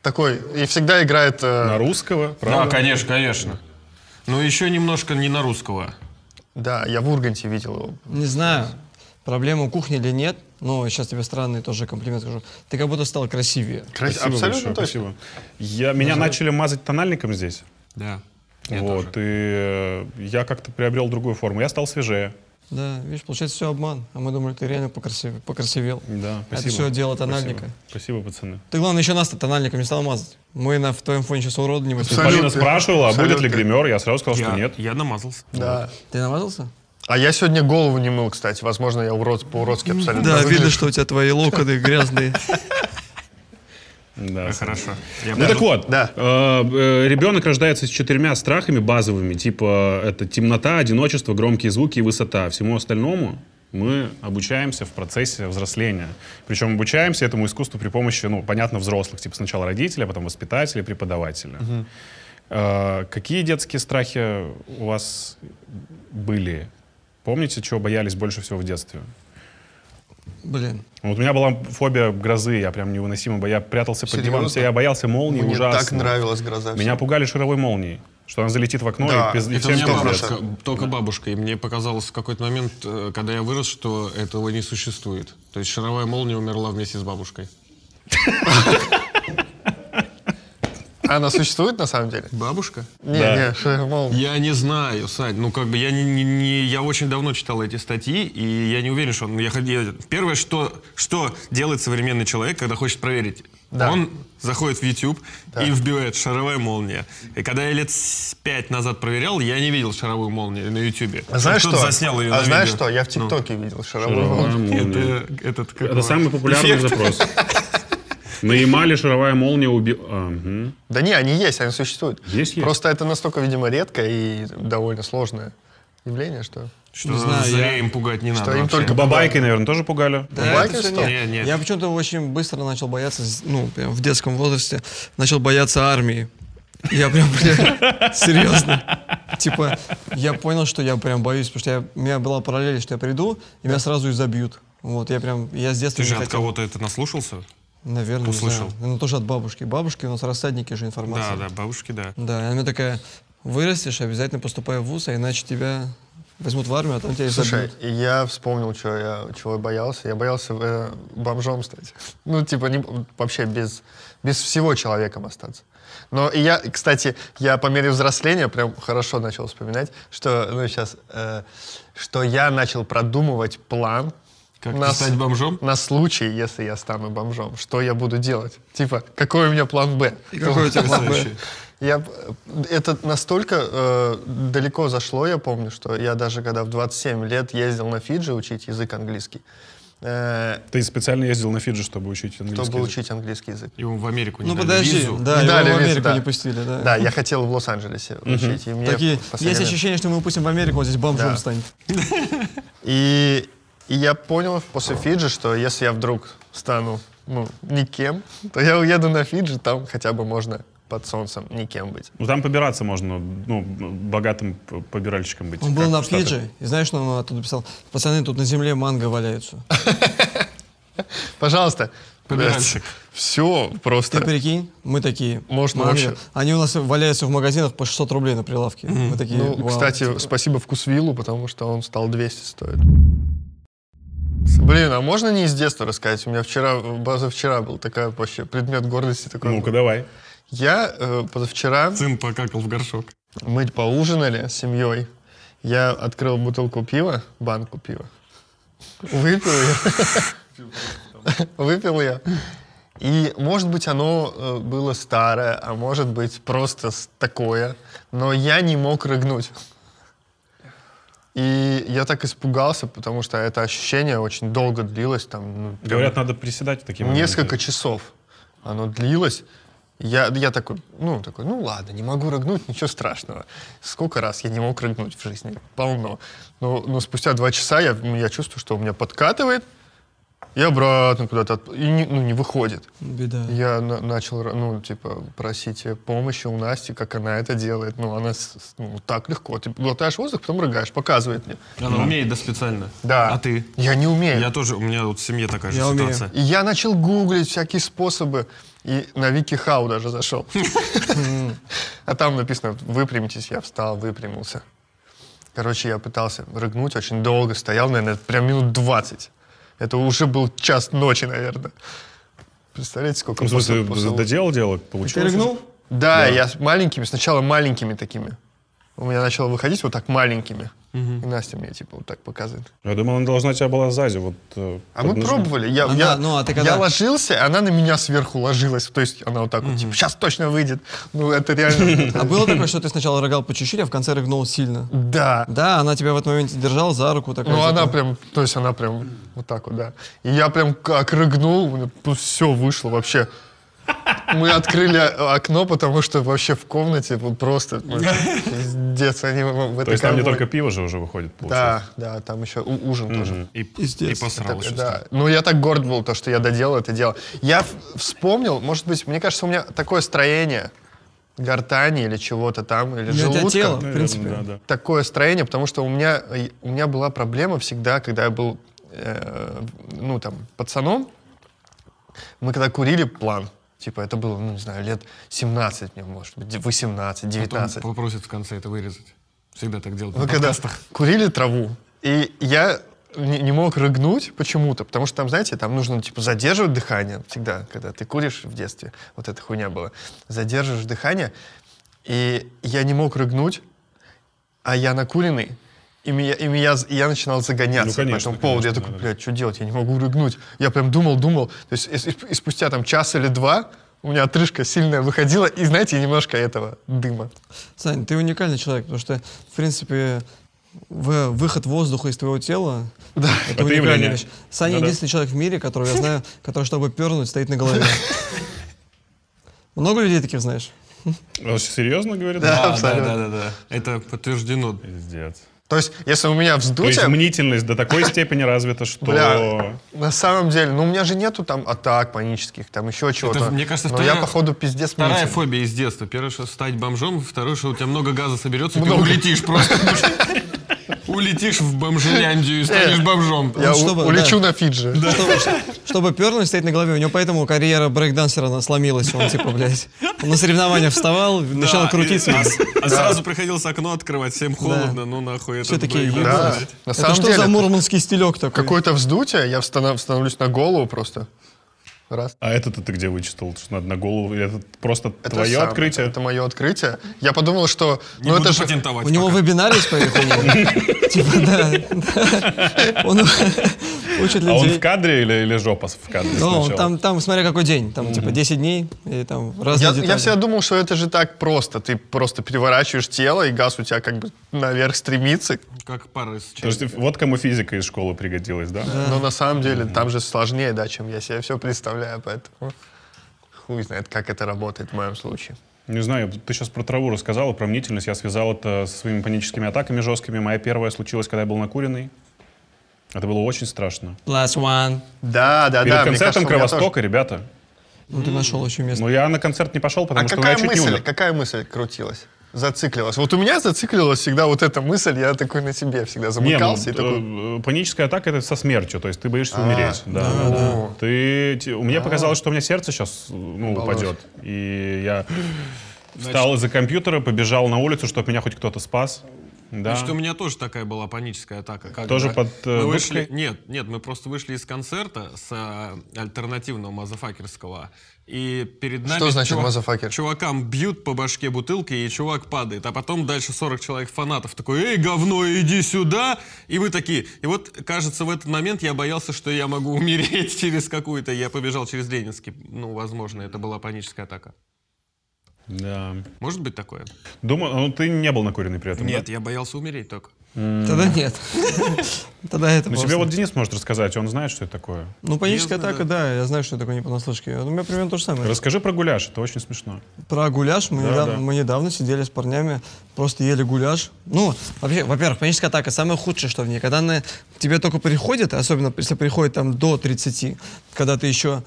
Speaker 5: Такой. И всегда играет... э,
Speaker 2: На
Speaker 3: Ну, а
Speaker 2: русского,
Speaker 4: Да,
Speaker 2: правда?
Speaker 4: конечно, конечно. Но еще Ну, немножко не на русского.
Speaker 5: Да, я в Урганте видел его.
Speaker 3: Не знаю, проблема у кухни или нет, но сейчас тебе странный тоже комплимент скажу. Ты как будто стал красивее.
Speaker 5: Красиво,
Speaker 2: Спасибо
Speaker 5: абсолютно
Speaker 2: большое,
Speaker 5: точно.
Speaker 2: спасибо. Я, меня начали мазать тональником здесь.
Speaker 4: Да.
Speaker 2: вот, и э, я как-то приобрел другую форму. Я стал свежее.
Speaker 3: Да, видишь, получается все обман. А мы думали, ты реально покрасиве- покрасивел.
Speaker 2: Да,
Speaker 3: Это
Speaker 2: спасибо.
Speaker 3: всё дело тональника.
Speaker 2: Спасибо, спасибо пацаны.
Speaker 3: Ты, главное, еще нас-то тональником не стал мазать. Мы на, в твоем фоне сейчас уроды не выступаем.
Speaker 5: Абсолютно.
Speaker 2: Полина спрашивала, а будет ли
Speaker 5: Абсолютно.
Speaker 2: гример, я сразу сказал,
Speaker 4: Я,
Speaker 2: что нет.
Speaker 4: я намазался.
Speaker 5: Да.
Speaker 3: Ты намазался?
Speaker 5: А я сегодня голову не мыл, кстати. Возможно, я урод, по-уродски абсолютно выгляжу.
Speaker 3: у тебя твои локоны грязные.
Speaker 2: Да.
Speaker 4: Хорошо. Я
Speaker 2: Ну так
Speaker 4: пойду.
Speaker 2: вот,
Speaker 5: Да.
Speaker 2: э, э, ребенок рождается с четырьмя страхами базовыми, типа это темнота, одиночество, громкие звуки и высота. Всему остальному мы обучаемся в процессе взросления. Причем обучаемся этому искусству при помощи, ну, понятно, взрослых, типа сначала родителя, потом воспитателя, преподавателя. Э, какие детские страхи у вас были? Помните, чего боялись больше всего в детстве?
Speaker 3: Блин.
Speaker 2: Вот у меня была фобия грозы, я прям невыносимо, бо- я прятался под диваном,
Speaker 5: Серьезно?
Speaker 2: я боялся молнии
Speaker 5: Мне
Speaker 2: ужасно.
Speaker 5: так нравилась гроза.
Speaker 2: Меня пугали шаровой молнией, что она залетит в окно
Speaker 5: Да,
Speaker 2: и, пиз- и
Speaker 4: Это
Speaker 5: это
Speaker 4: у
Speaker 2: всем
Speaker 4: меня
Speaker 5: тоже
Speaker 2: пиздец.
Speaker 5: так.
Speaker 4: бабушка, только бабушка. И мне показалось в какой-то момент, э, когда я вырос, что этого не существует. То есть шаровая молния умерла вместе с бабушкой.
Speaker 5: Она существует на самом деле?
Speaker 4: Бабушка?
Speaker 5: Не,
Speaker 2: Да.
Speaker 5: не, что я мол,
Speaker 4: Я не знаю, Сань. Ну, как бы я не, не- не- я очень давно читал эти статьи, и я не уверен, что он. ну, Я, хот- я- первое, что, что делает современный человек, когда хочет проверить.
Speaker 5: Да.
Speaker 4: Он заходит в YouTube и вбивает шаровая молния. И когда я лет с пять назад проверял, я не видел шаровую молнию на YouTube.
Speaker 5: А знаешь что?
Speaker 4: Кто-то заснял ее
Speaker 5: а
Speaker 4: на
Speaker 5: знаешь
Speaker 4: видео.
Speaker 5: что? Я в
Speaker 4: Ну.
Speaker 5: ТикТоке видел шаровую
Speaker 2: Шаровая
Speaker 5: молнию.
Speaker 2: молния.
Speaker 4: Это, этот, как
Speaker 2: Это
Speaker 4: его?
Speaker 2: самый популярный
Speaker 4: Эффект.
Speaker 2: запрос. На Ямале шаровая молния уби... а, мгм.
Speaker 5: Да не, они есть, они существуют.
Speaker 2: Есть, есть.
Speaker 5: Просто это настолько, видимо, редкое и довольно сложное явление, что...
Speaker 4: Что
Speaker 3: Не знаю,
Speaker 4: зря
Speaker 3: я-
Speaker 4: им пугать не надо
Speaker 5: им
Speaker 4: вообще.
Speaker 5: только-
Speaker 2: Бабайкой, наверное, тоже пугали.
Speaker 3: Да,
Speaker 5: Бывает
Speaker 3: это всё
Speaker 5: А что?
Speaker 3: нет.
Speaker 4: Не, нет.
Speaker 3: Я почему-то очень быстро начал бояться, с- ну, прям в детском возрасте, начал бояться армии. Я прям, бля, серьезно. Типа, я понял, что я прям боюсь, потому что я, у меня была параллель, что я приду, и меня сразу и забьют. Вот, я прям, я с детства
Speaker 4: Ты же
Speaker 3: не
Speaker 4: от
Speaker 3: хотел.
Speaker 4: кого-то это наслушался?
Speaker 3: Наверное,
Speaker 4: услышал?
Speaker 3: услышал. Ну, тоже от бабушки. Бабушки у нас рассадники же
Speaker 4: Да,
Speaker 3: информации.
Speaker 4: да, бабушки, да.
Speaker 3: Да, и она мне такая, вырастешь, обязательно поступай в ВУЗ, а иначе тебя возьмут в армию, а там тебя и
Speaker 5: Слушай,
Speaker 3: забьют.
Speaker 5: и я вспомнил, чего я, чего я боялся. Я боялся э, бомжом стать. Ну, типа, не- вообще без, без всего человеком остаться. Но и я, кстати, я по мере взросления прям хорошо начал вспоминать, что, ну, сейчас, что я начал продумывать план
Speaker 4: Как
Speaker 5: на
Speaker 4: ты
Speaker 5: с-
Speaker 4: стать бомжом?
Speaker 5: на случай, если я стану бомжом, что я буду делать? Типа, какой у меня план Б?
Speaker 3: И какой у тебя план
Speaker 4: Потрясающе.
Speaker 5: Я, э, это настолько э, далеко зашло, я помню, что я даже когда в 27 лет ездил на Фиджи учить язык английский, э,
Speaker 2: Ты специально ездил на Фиджи, чтобы учить английский
Speaker 5: чтобы
Speaker 2: язык.
Speaker 5: учить английский язык.
Speaker 4: Ему в Америку не
Speaker 3: Ну
Speaker 4: дали
Speaker 3: подожди,
Speaker 4: визу.
Speaker 3: да,
Speaker 5: Не
Speaker 3: его
Speaker 5: дали
Speaker 3: в
Speaker 5: Э, визу,
Speaker 3: Америку
Speaker 5: да.
Speaker 3: не пустили, да.
Speaker 5: Да, я хотел в Лос-Анджелесе учить, и мне
Speaker 3: Такие,
Speaker 5: в последнее
Speaker 3: есть
Speaker 5: время-
Speaker 3: ощущение, что мы упустим в Америку, он здесь бомжом
Speaker 5: Да.
Speaker 3: станет.
Speaker 5: И, и я понял после Фиджи, что если я вдруг стану ну, никем, то я уеду на Фиджи, там хотя бы можно под солнцем никем быть.
Speaker 2: Ну, там побираться можно, ну, богатым п- побиральщиком быть.
Speaker 3: Он
Speaker 2: как
Speaker 3: был на
Speaker 2: в Штатах.
Speaker 3: Фиджи, и знаешь, что он оттуда писал? Пацаны, тут на земле манго валяются.
Speaker 5: Пожалуйста.
Speaker 4: Побиральщик.
Speaker 5: Все просто.
Speaker 3: Ты прикинь, мы такие.
Speaker 5: Может, мы
Speaker 3: манго.
Speaker 5: вообще-
Speaker 3: Они у нас валяются в магазинах по 600 рублей на прилавке. Мы такие,
Speaker 5: Ну,
Speaker 3: «Вау».
Speaker 5: кстати, спасибо вкусвиллу, потому что он стал 200 стоит. Блин, а можно не из детства рассказать? У меня вчера, позавчера был такой вообще предмет гордости такой.
Speaker 2: Ну-ка, давай.
Speaker 5: Я э, позавчера...
Speaker 4: Сын покакал в горшок.
Speaker 5: Мы поужинали с семьей. Я открыл бутылку пива, банку пива. Выпил я. Выпил я. И, может быть, оно э, было старое, а может быть, просто с- такое. Но я не мог рыгнуть. И я так испугался, потому что это ощущение очень долго длилось. Там, ну, прям
Speaker 2: Говорят, надо приседать в такие моменты.
Speaker 5: несколько часов оно длилось. Я, я такой, ну, такой, ну ладно, не могу рыгнуть, ничего страшного. Сколько раз я не мог рыгнуть в жизни? Полно. Но, но спустя два часа я, ну, я чувствую, что у меня подкатывает, и обратно куда-то, отп- и не, ну, не выходит.
Speaker 3: Беда.
Speaker 5: Я на- начал, ну, типа, просить помощи у Насти, как она это делает. Ну, она с- с- ну, так легко. Ты глотаешь воздух, потом рыгаешь, показывает мне.
Speaker 4: Она умеет, Ну. да, специально.
Speaker 5: Да.
Speaker 4: А ты?
Speaker 5: Я не умею.
Speaker 4: Я тоже, у меня вот в семье такая же
Speaker 3: Я умею.
Speaker 4: ситуация.
Speaker 5: И я начал гуглить всякие способы. И на Вики Хау даже зашел. А там написано, выпрямитесь. Я встал, выпрямился. Короче, я пытался рыгнуть очень долго. Стоял, наверное, прям минут 20. Это уже был час ночи, наверное. Представляете, сколько
Speaker 2: Ну, в смысле,
Speaker 5: после- после-
Speaker 2: доделал дело,
Speaker 3: Ты
Speaker 2: получилось?
Speaker 3: рыгнул?
Speaker 5: Да, я с маленькими, сначала маленькими такими. У меня начало выходить вот так маленькими. И Настя мне типа вот так показывает.
Speaker 2: Я думал, она должна тебя была сзади. Вот, э,
Speaker 5: А мы
Speaker 2: поднажать.
Speaker 5: пробовали. Я,
Speaker 3: Она-
Speaker 5: я,
Speaker 3: ну, а ты
Speaker 5: я
Speaker 3: когда-
Speaker 5: ложился, она на меня сверху ложилась. То есть она вот так вот, типа, сейчас точно выйдет. Ну, это реально...
Speaker 3: А было такое, что ты сначала рыгал по чуть-чуть, а в конце рыгнул сильно?
Speaker 5: Да.
Speaker 3: Да, она тебя в этот момент держала за руку. Такая,
Speaker 5: Ну,
Speaker 3: типа,
Speaker 5: она прям, то есть она прям вот так вот, да. И я прям как рыгнул, все вышло вообще. Мы открыли окно, потому что вообще в комнате вот просто ну, пиздец. Они в в
Speaker 2: То
Speaker 5: этой
Speaker 2: есть там не
Speaker 5: коробке.
Speaker 2: только пиво же уже выходит, получается.
Speaker 5: Да, да, там еще у- ужин тоже.
Speaker 4: И, и
Speaker 3: Пиздец.
Speaker 4: посрал еще.
Speaker 5: Да. Ну, я так горд был, то, что я доделал это дело. Я в- вспомнил, может быть, мне кажется, у меня такое строение гортани или чего-то там, или
Speaker 3: у тебя
Speaker 5: желудка.
Speaker 3: тело, в
Speaker 2: Наверное,
Speaker 3: принципе.
Speaker 2: да, да.
Speaker 5: Такое строение, потому что у меня, э, у меня была проблема всегда, когда я был, э, ну, там, пацаном, мы когда курили план, типа, это было, ну, не знаю, лет 17 мне, может быть, 18, 19.
Speaker 4: Попросят в конце это вырезать. Всегда так делают.
Speaker 5: Вы
Speaker 4: на
Speaker 5: Ну, когда
Speaker 4: подкастах.
Speaker 5: курили траву, и я не, не мог рыгнуть почему-то, потому что там, знаете, там нужно типа задерживать дыхание всегда, когда ты куришь в детстве, вот эта хуйня была, задерживаешь дыхание, и я не мог рыгнуть, а я накуренный, и, меня, и, меня, з- и я начинал загоняться
Speaker 2: Ну, конечно,
Speaker 5: по этому поводу. Я
Speaker 2: конечно,
Speaker 5: такой,
Speaker 2: да, да.
Speaker 5: блядь, что делать, я не могу рыгнуть. Я прям думал, думал, то есть и, и- и спустя там час или два у меня отрыжка сильная выходила, и знаете, немножко этого дыма.
Speaker 3: Сань, ты уникальный человек, потому что, в принципе, в- выход воздуха из твоего тела это
Speaker 2: Это
Speaker 3: уникальная
Speaker 2: явление.
Speaker 3: вещь. Саня
Speaker 2: Да-да.
Speaker 3: единственный человек в мире, которого я знаю, который, чтобы пернуть, стоит на голове. Много людей таких знаешь?
Speaker 2: Он серьезно говорит?
Speaker 5: Да.
Speaker 4: Да, да,
Speaker 5: Абсолютно.
Speaker 4: да, да, да. Это подтверждено.
Speaker 2: Пиздец.
Speaker 5: То есть, если у меня
Speaker 2: То есть
Speaker 5: вздутие,
Speaker 2: мнительность до такой степени развита, что...
Speaker 5: Бля, на самом деле, ну у меня же нету там атак панических, там еще чего-то.
Speaker 4: мне кажется,
Speaker 5: Но
Speaker 4: вторая-
Speaker 5: я, походу, пиздец
Speaker 4: Вторая
Speaker 5: мнитель.
Speaker 4: фобия из детства. Первое, что стать бомжом, второе, что у тебя много газа соберется, и
Speaker 5: Много.
Speaker 4: ты улетишь просто. Улетишь в бомжеляндию и станешь бомжом.
Speaker 5: Я
Speaker 3: Ну,
Speaker 5: у-
Speaker 3: чтобы-
Speaker 5: улечу
Speaker 3: да.
Speaker 5: на Фиджи.
Speaker 3: Чтобы, чтобы пернуть, стоит на голове. У него поэтому карьера брейкдансера она сломилась. Он типа, блядь, он на соревнованиях вставал, начал
Speaker 4: Да,
Speaker 3: крутиться.
Speaker 4: и- а с- А сразу приходилось окно открывать, всем холодно, ну нахуй это.
Speaker 3: Все такие,
Speaker 4: было.
Speaker 5: Да.
Speaker 3: «Ебать,
Speaker 5: На
Speaker 3: Это
Speaker 5: самом
Speaker 3: что
Speaker 5: деле
Speaker 3: за
Speaker 5: это-
Speaker 3: мурманский стилек такой?
Speaker 5: Какое-то вздутие, я встана- становлюсь на голову просто. Раз.
Speaker 2: А это ты где вычитал? Что надо на голову? Это просто
Speaker 5: Это
Speaker 2: твое
Speaker 5: сам-
Speaker 2: открытие?
Speaker 5: Это мое открытие. Я подумал, что...
Speaker 4: Не
Speaker 5: ну
Speaker 4: буду
Speaker 5: это же...
Speaker 4: патентовать
Speaker 3: У него
Speaker 4: пока.
Speaker 3: вебинар есть по этой хуйне? Типа, да. да. Он- Учат
Speaker 2: А он
Speaker 3: людей.
Speaker 2: в кадре или, или жопа в кадре
Speaker 3: Ну,
Speaker 2: сначала?
Speaker 3: там, там, смотря какой день, там, типа, 10 дней, и там разные
Speaker 5: Я, я
Speaker 3: детали.
Speaker 5: всегда думал, что это же так просто. Ты просто переворачиваешь тело, и газ у тебя как бы наверх стремится.
Speaker 4: Как пары с
Speaker 2: То есть вот кому физика из школы пригодилась, да?
Speaker 5: Но на самом деле там же сложнее, да, чем я себе все представляю, поэтому хуй знает, как это работает в моем случае.
Speaker 2: Не знаю, ты сейчас про траву рассказала, про мнительность. Я связал это со своими паническими атаками жесткими. Моя первая случилась, когда я был накуренный. Это было очень страшно.
Speaker 3: Last one.
Speaker 5: Да, да,
Speaker 2: Перед
Speaker 5: да. мне
Speaker 2: концертом
Speaker 5: кажется, у меня тоже.
Speaker 2: Кровостока, ребята.
Speaker 3: Ну, ты нашел еще место.
Speaker 2: Но я на концерт не пошел, потому
Speaker 5: А
Speaker 2: что ну, я
Speaker 5: какая
Speaker 2: чуть не
Speaker 5: мысль,
Speaker 2: умер.
Speaker 5: какая мысль крутилась? Зациклилась. Вот у меня зациклилась всегда вот эта мысль, я такой на себе всегда
Speaker 2: Не, ну,
Speaker 5: замыкался. и такой,
Speaker 2: э, паническая атака это со смертью, то есть ты боишься умереть. Да, да, да. Ты, те- у меня показалось, что у меня сердце сейчас ну, упадет. И я встал из-за компьютера, побежал на улицу, чтобы меня хоть кто-то спас. Да.
Speaker 4: Значит, у меня тоже такая была паническая атака. когда
Speaker 2: а? Тоже под, э,
Speaker 4: мы вышли...
Speaker 2: дудкой?
Speaker 4: Нет, нет, мы просто вышли из концерта с э, альтернативного мазафакерского. И перед нами...
Speaker 5: Что значит мазафакер?
Speaker 4: Чувакам бьют по башке бутылкой, и чувак падает. А потом дальше 40 человек фанатов такой, эй, говно, иди сюда! И мы такие... И вот, кажется, в этот момент я боялся, что я могу умереть через какую-то... Я побежал через Ленинский. Ну, возможно, это была паническая атака.
Speaker 2: Да.
Speaker 4: Может быть такое?
Speaker 2: Думаю, ну ты не был накуренный при этом. да?
Speaker 4: Нет, я боялся умереть только.
Speaker 3: Тогда нет. Тогда это
Speaker 2: Ну,
Speaker 3: просто-
Speaker 2: тебе вот Денис может рассказать, он знает, что это такое.
Speaker 3: Ну, паническая
Speaker 4: Ясно,
Speaker 3: атака, да, я знаю, что такое не понаслышке. Ну, У меня примерно то же самое.
Speaker 2: Расскажи про гуляш, это очень смешно.
Speaker 3: Про гуляш мы,
Speaker 2: Да,
Speaker 3: недавно,
Speaker 2: да.
Speaker 3: мы недавно сидели с парнями, просто ели гуляш. Ну, вообще, во-первых, паническая атака самое худшее, что в ней. Когда она тебе только приходит, особенно если приходит там до 30, когда ты еще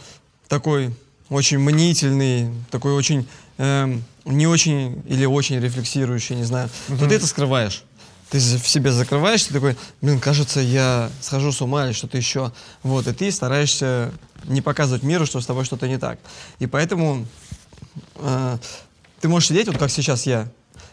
Speaker 3: такой очень мнительный, такой очень эм, не очень или очень рефлексирующий, не знаю, то ты это скрываешь. Ты за- в себе закрываешься, ты такой, блин, кажется, я схожу с ума или что-то еще. Вот, и ты стараешься не показывать миру, что с тобой что-то не так. И поэтому а, ты можешь сидеть, вот как сейчас я.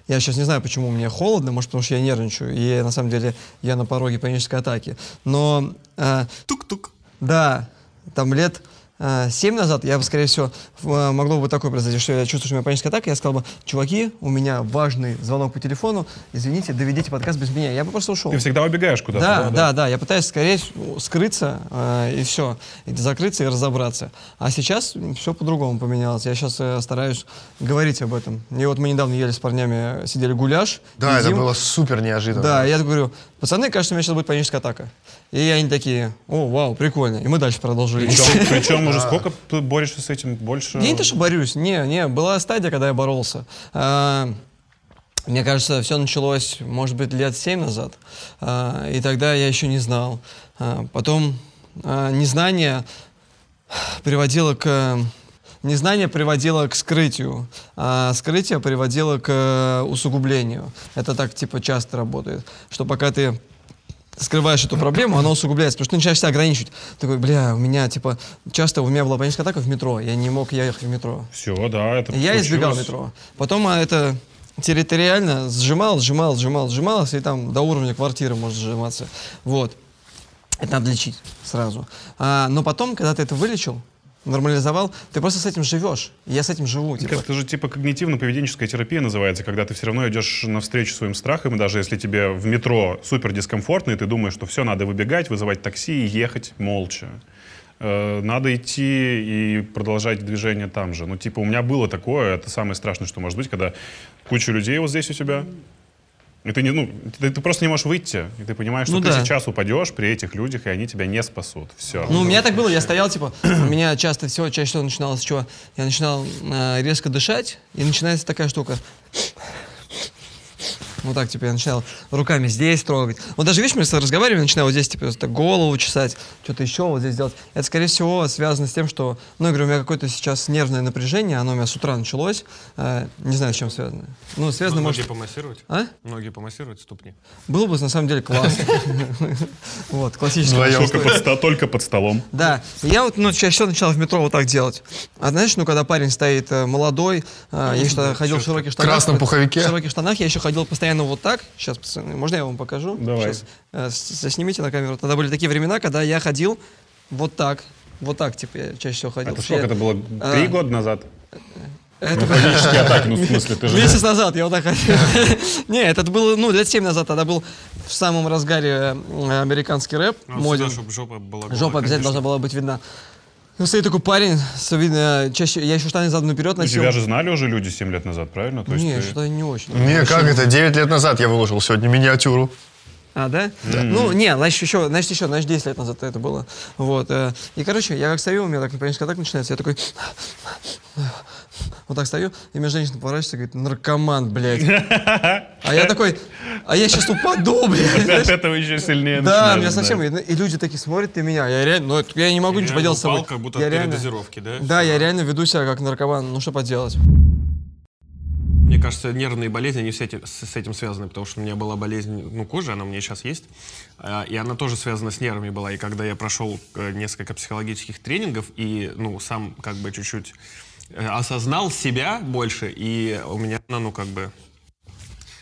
Speaker 3: Я сейчас не знаю, почему мне холодно, может, потому что я нервничаю, и на самом деле я на пороге панической атаки. Но а,
Speaker 4: Тук-тук.
Speaker 3: да, там лет э, семь назад я бы, скорее всего, в- э, могло бы такое произойти, что я чувствую, что у меня паническая атака, я сказал бы, чуваки, у меня важный звонок по телефону, извините, доведите подкаст без меня. Я бы просто ушел.
Speaker 2: Ты всегда убегаешь куда-то.
Speaker 3: Да, да, да. Я пытаюсь скорее ну, скрыться э, и все, и закрыться и разобраться. А сейчас все по-другому поменялось. Я сейчас стараюсь говорить об этом. И вот мы недавно ели с парнями, э, сидели гуляш.
Speaker 5: Да, это
Speaker 3: едим.
Speaker 5: было супер неожиданно.
Speaker 3: Да, я говорю, пацаны, кажется, у меня сейчас будет паническая атака. И они такие, о, вау, прикольно. И мы дальше продолжили.
Speaker 2: Причем, причем уже сколько ты борешься с этим? Больше...
Speaker 3: Я не то, что борюсь, не, не, была стадия, когда я боролся. А, Мне кажется, все началось, может быть, лет семь назад, А, и тогда я еще не знал. А, Потом а, незнание приводило к... э, Незнание приводило к скрытию, а скрытие приводило к э, усугублению. Это так, типа, часто работает, что пока ты скрываешь эту проблему, она усугубляется, потому что ты начинаешь себя ограничивать. Ты Такой, бля, у меня, типа, часто у меня была паническая атака в метро, я не мог ехать в метро.
Speaker 2: Все, да, это
Speaker 3: Я
Speaker 2: случилось.
Speaker 3: избегал метро. Потом а, это территориально сжимал, сжимал, сжимал, сжималось, и там до уровня квартиры может сжиматься. Вот. Это надо лечить сразу. А, но потом, когда ты это вылечил, нормализовал, ты просто с этим живешь. Я с этим живу. типа.
Speaker 2: Это же типа когнитивно-поведенческая терапия называется, когда ты все равно идешь навстречу своим страхам, и даже если тебе в метро супер дискомфортно, и ты думаешь, что все, надо выбегать, вызывать такси и ехать молча. Э, Надо идти и продолжать движение там же. Ну, типа, у меня было такое, это самое страшное, что может быть, когда куча людей вот здесь у тебя, и ты, не, ну, ты, ты просто не можешь выйти, и ты понимаешь, что
Speaker 3: Ну
Speaker 2: ты
Speaker 3: да.
Speaker 2: сейчас упадешь при этих людях, и они тебя не спасут. Все.
Speaker 3: Ну, у меня так было, я стоял, типа, у меня часто всего, чаще всего начиналось с чего? Я начинал э, резко дышать, и начинается такая штука. Вот так, типа, я начинал руками здесь трогать. Вот даже, видишь, мы с- разговариваем, начинаю вот здесь, типа, вот так голову чесать, что-то еще вот здесь делать. Это, скорее всего, связано с тем, что, ну, я говорю, у меня какое-то сейчас нервное напряжение, оно у меня с утра началось. Э, не знаю, с чем связано. Ну, связано,
Speaker 4: Ноги
Speaker 3: может...
Speaker 4: помассировать?
Speaker 3: А?
Speaker 4: Ноги помассировать, ступни.
Speaker 3: Было бы, на самом деле, классно. Вот, классическая
Speaker 5: Вдвоем.
Speaker 2: Только под, ста- только под столом.
Speaker 3: Да, я вот ну, чаще всего начал в метро вот так делать. А знаешь, ну, когда парень стоит э, молодой, э, я что ходил в широких штанах.
Speaker 5: красном
Speaker 3: вот,
Speaker 5: пуховике?
Speaker 3: В широких штанах я еще ходил постоянно вот так. Сейчас, пацаны, можно я вам покажу?
Speaker 2: Давай.
Speaker 3: Сейчас, э, с- заснимите на камеру. Тогда были такие времена, когда я ходил вот так. Вот так, типа, я чаще всего ходил.
Speaker 2: Это
Speaker 3: Потому
Speaker 2: сколько это
Speaker 3: что я-
Speaker 2: было? Три
Speaker 3: а.
Speaker 2: года назад?
Speaker 3: Это
Speaker 2: Панические атаки, ну в смысле, ты же...
Speaker 3: Месяц назад я вот так хотел. Не, это было, ну, лет 7 назад, тогда был в самом разгаре э, американский рэп, моден.
Speaker 4: чтобы Ну, жопа была
Speaker 3: Жопа обязательно должна была быть видна. Ну, стоит такой парень, с- видно, чаще, я еще штаны задом наперед
Speaker 2: Ну,
Speaker 3: носил.
Speaker 2: Тебя же знали уже люди 7 лет назад, правильно? То есть
Speaker 3: Не,
Speaker 2: ты-
Speaker 3: что-то не очень.
Speaker 5: Не, как это? 9 лет назад я выложил сегодня миниатюру.
Speaker 3: А, да? Ну, не, значит, еще, значит, еще, значит, 10 лет назад это было. Вот. э, И, короче, я как стою, у меня так панический атака начинается, я такой... Вот так стою, и меня женщина поворачивается и говорит, наркоман, блядь. А я такой, а я сейчас упаду, блядь.
Speaker 2: Ты От
Speaker 3: знаешь?
Speaker 2: этого еще сильнее
Speaker 3: Да,
Speaker 2: начинаешь,
Speaker 3: меня совсем...
Speaker 2: да.
Speaker 3: видно. И люди такие смотрят на меня, я реально... Ну, это- я не могу ничего
Speaker 4: реально
Speaker 3: поделать с собой.
Speaker 4: упал, как будто
Speaker 3: Я
Speaker 4: от
Speaker 3: реально-
Speaker 4: передозировки, да?
Speaker 3: Да, я реально веду себя как наркоман, ну что поделать.
Speaker 4: Мне кажется, нервные болезни, они все эти- с, с этим связаны, потому что у меня была болезнь, ну, кожи, она у меня сейчас есть, а, и она тоже связана с нервами была. И когда я прошел э, несколько психологических тренингов и, ну, сам как бы чуть-чуть э, осознал себя больше, и у меня, она, ну, как бы...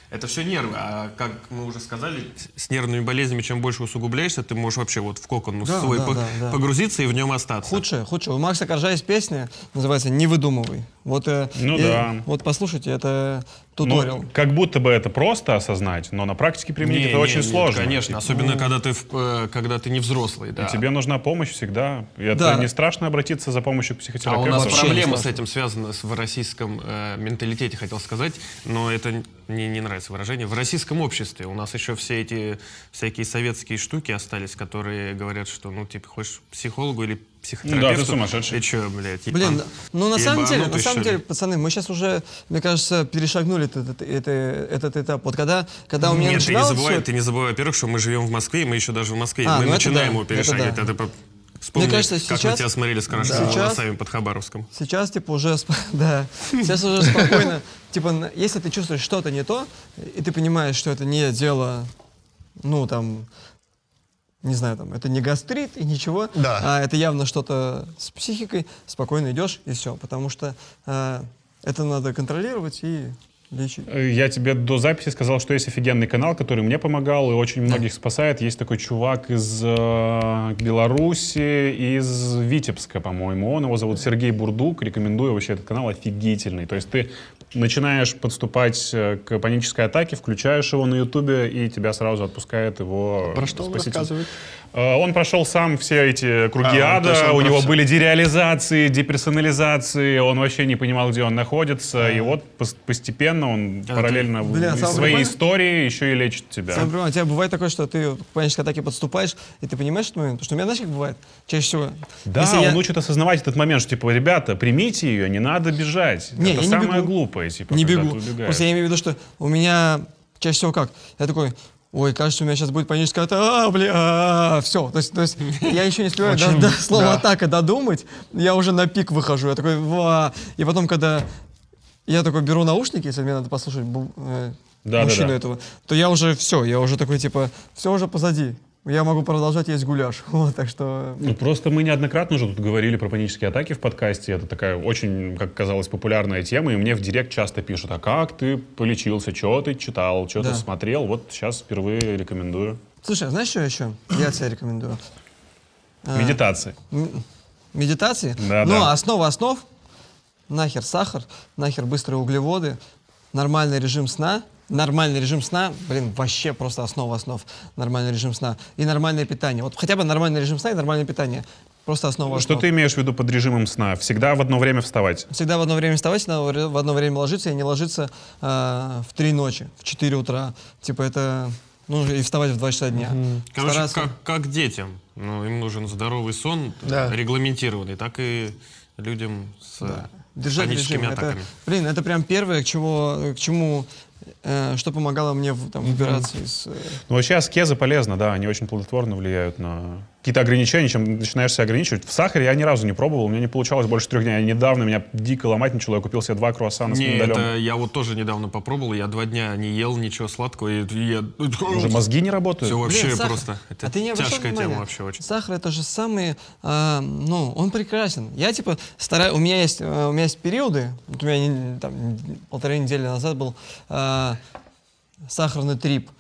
Speaker 4: Это все нервы, а как мы уже сказали, с нервными болезнями, чем больше усугубляешься, ты можешь вообще вот в кокон ну,
Speaker 3: Да,
Speaker 4: свой
Speaker 3: да,
Speaker 4: по-
Speaker 3: да, да.
Speaker 4: погрузиться и в нем остаться.
Speaker 3: Худшее, худшее. У Макса Коржа есть песня, называется «Не выдумывай». Вот, э,
Speaker 2: Ну
Speaker 3: и-
Speaker 2: да.
Speaker 3: Вот послушайте, это
Speaker 2: Ну,
Speaker 3: туториал.
Speaker 2: как будто бы это просто осознать, но на практике применить
Speaker 4: Не,
Speaker 2: это
Speaker 4: не,
Speaker 2: очень
Speaker 4: не,
Speaker 2: сложно. Ну.
Speaker 4: Конечно, особенно когда ты, в- э, когда ты не взрослый, да.
Speaker 2: И тебе нужна помощь всегда. И это
Speaker 3: Да.
Speaker 2: не страшно обратиться за помощью к
Speaker 4: А у
Speaker 2: психотерапевту.
Speaker 4: нас
Speaker 3: вообще не
Speaker 4: проблема с
Speaker 3: страшно.
Speaker 4: этим связана с- в российском э, менталитете, хотел сказать, но это н- мне не нравится выражение. В российском обществе у нас еще все эти всякие советские штуки остались, которые говорят, что ну типа хочешь к психологу или психотерапевту.
Speaker 2: ты сумасшедший.
Speaker 4: Ты чё, блядь,
Speaker 3: Блин,
Speaker 4: ебан-
Speaker 3: ну на самом деле, на
Speaker 4: а, ебанутый,
Speaker 3: самом
Speaker 4: что ли?
Speaker 3: деле, пацаны, мы сейчас уже, мне кажется, перешагнули этот, этот- это- этот этап. Вот когда, когда у меня
Speaker 4: Нет, ты не
Speaker 3: начиналось
Speaker 4: забывай,
Speaker 3: всё-
Speaker 4: ты не забывай, во-первых, что мы живем в Москве, и мы еще даже в Москве,
Speaker 3: А,
Speaker 4: мы
Speaker 3: ну это
Speaker 4: начинаем
Speaker 3: да,
Speaker 4: его
Speaker 3: это
Speaker 4: перешагивать.
Speaker 3: да.
Speaker 4: Это по- вспомни,
Speaker 3: кажется,
Speaker 4: как
Speaker 3: сейчас-
Speaker 4: мы тебя смотрели с крашенными
Speaker 3: Сейчас-
Speaker 4: волосами под Хабаровском.
Speaker 3: Сейчас, типа, уже, сп- да, сейчас уже спокойно, типа, на- если ты чувствуешь что-то не то, и ты понимаешь, что это не дело, ну, там, не знаю, там, это не гастрит и ничего,
Speaker 5: Да.
Speaker 3: а это явно что-то с психикой, спокойно идешь и все, потому что э, это надо контролировать и лечить.
Speaker 2: Я тебе до записи сказал, что есть офигенный канал, который мне помогал и очень многих спасает. Есть такой чувак из э, Беларуси, из Витебска, по-моему. Он его зовут Сергей Бурдук. Рекомендую вообще этот канал офигительный. То есть ты начинаешь подступать э, к панической атаке, включаешь его на Ютубе, и тебя сразу отпускает его
Speaker 5: Про что он
Speaker 2: спаситель.
Speaker 5: рассказывает?
Speaker 2: Э, Он прошел сам все эти круги
Speaker 5: А, то есть
Speaker 2: ада,
Speaker 5: он
Speaker 2: у
Speaker 5: про
Speaker 2: него
Speaker 5: всё.
Speaker 2: были дереализации, деперсонализации, он вообще не понимал, где он находится, и вот пос- постепенно он
Speaker 3: А
Speaker 2: параллельно в-
Speaker 3: Бля,
Speaker 2: из
Speaker 3: самое
Speaker 2: своей
Speaker 3: прикольное-
Speaker 2: истории еще и лечит тебя.
Speaker 3: Самое проблемное, у тебя бывает такое, что ты к панической атаке подступаешь, и ты понимаешь этот момент? Потому что у меня, знаешь, как бывает? Чаще всего.
Speaker 2: Да,
Speaker 3: если
Speaker 2: он
Speaker 3: я-
Speaker 2: учит осознавать этот момент, что типа, ребята, примите ее, не надо бежать.
Speaker 3: Не,
Speaker 2: Это
Speaker 3: я не
Speaker 2: самое
Speaker 3: бегу.
Speaker 2: глупое, типа,
Speaker 3: не
Speaker 2: когда
Speaker 3: бегу.
Speaker 2: ты убегаешь.
Speaker 3: Просто я имею в виду, что у меня чаще всего как? Я такой, ой, кажется, у меня сейчас будет паническая атака, а, бля, все. То есть, то есть я еще не успеваю до, до слова атака додумать, я уже на пик выхожу. Я такой, ва. И потом, когда я такой беру наушники, если мне надо послушать бу- э,
Speaker 2: Да, да,
Speaker 3: мужчину
Speaker 2: да.
Speaker 3: этого, то я уже все, я уже такой, типа, все уже позади. Я могу продолжать есть гуляш. Вот, так что...
Speaker 2: Ну, просто мы неоднократно уже тут говорили про панические атаки в подкасте. Это такая очень, как казалось, популярная тема. И мне в директ часто пишут, а как ты полечился, что ты читал, что
Speaker 3: Да.
Speaker 2: ты смотрел. Вот сейчас впервые рекомендую.
Speaker 3: Слушай, а знаешь, что еще? Я тебе рекомендую. А.
Speaker 2: Медитации.
Speaker 3: М- медитации.
Speaker 2: Да,
Speaker 3: Но
Speaker 2: да.
Speaker 3: основа основ. Нахер сахар, нахер быстрые углеводы, нормальный режим сна. Нормальный режим сна, блин, вообще просто основа основ. Нормальный режим сна. И нормальное питание. Вот хотя бы нормальный режим сна и нормальное питание. Просто основа
Speaker 2: Ну, Что
Speaker 3: основ.
Speaker 2: ты имеешь в виду под режимом сна? Всегда в одно время вставать.
Speaker 3: Всегда в одно время вставать, всегда в ре- в одно время ложиться и не ложиться э, в три ночи, в 4 утра. Типа это... Ну, и вставать в 2 часа дня.
Speaker 4: Короче,
Speaker 3: Стараться.
Speaker 4: как, как детям. Ну, им нужен здоровый сон,
Speaker 5: Да.
Speaker 4: регламентированный, так и людям с э,
Speaker 3: Держать
Speaker 4: паническими
Speaker 3: режим. Это,
Speaker 4: атаками.
Speaker 3: блин, это прям первое, к, чего, к чему, э, что помогало мне в- там, выбираться из... э,
Speaker 2: Ну, вообще аскезы полезно, да, они очень плодотворно влияют на какие-то ограничения, чем начинаешь себя ограничивать. В сахаре я ни разу не пробовал, у меня не получалось больше трех дней. Я недавно меня дико ломать начало, я купил себе два круассана с
Speaker 4: Не,
Speaker 2: миндалем.
Speaker 4: это я вот тоже недавно попробовал, я два дня не ел ничего сладкого, и я...
Speaker 2: Уже мозги не работают.
Speaker 4: Все вообще
Speaker 3: Блин, сахар.
Speaker 4: просто... Это
Speaker 3: А ты не обращал
Speaker 4: тяжкая
Speaker 3: внимания?
Speaker 4: тема вообще очень.
Speaker 3: Сахар это же самый, а, ну, он прекрасен. Я типа стараюсь, у меня есть, а, у меня есть периоды. Вот у меня не- там полторы недели назад был а, сахарный трип.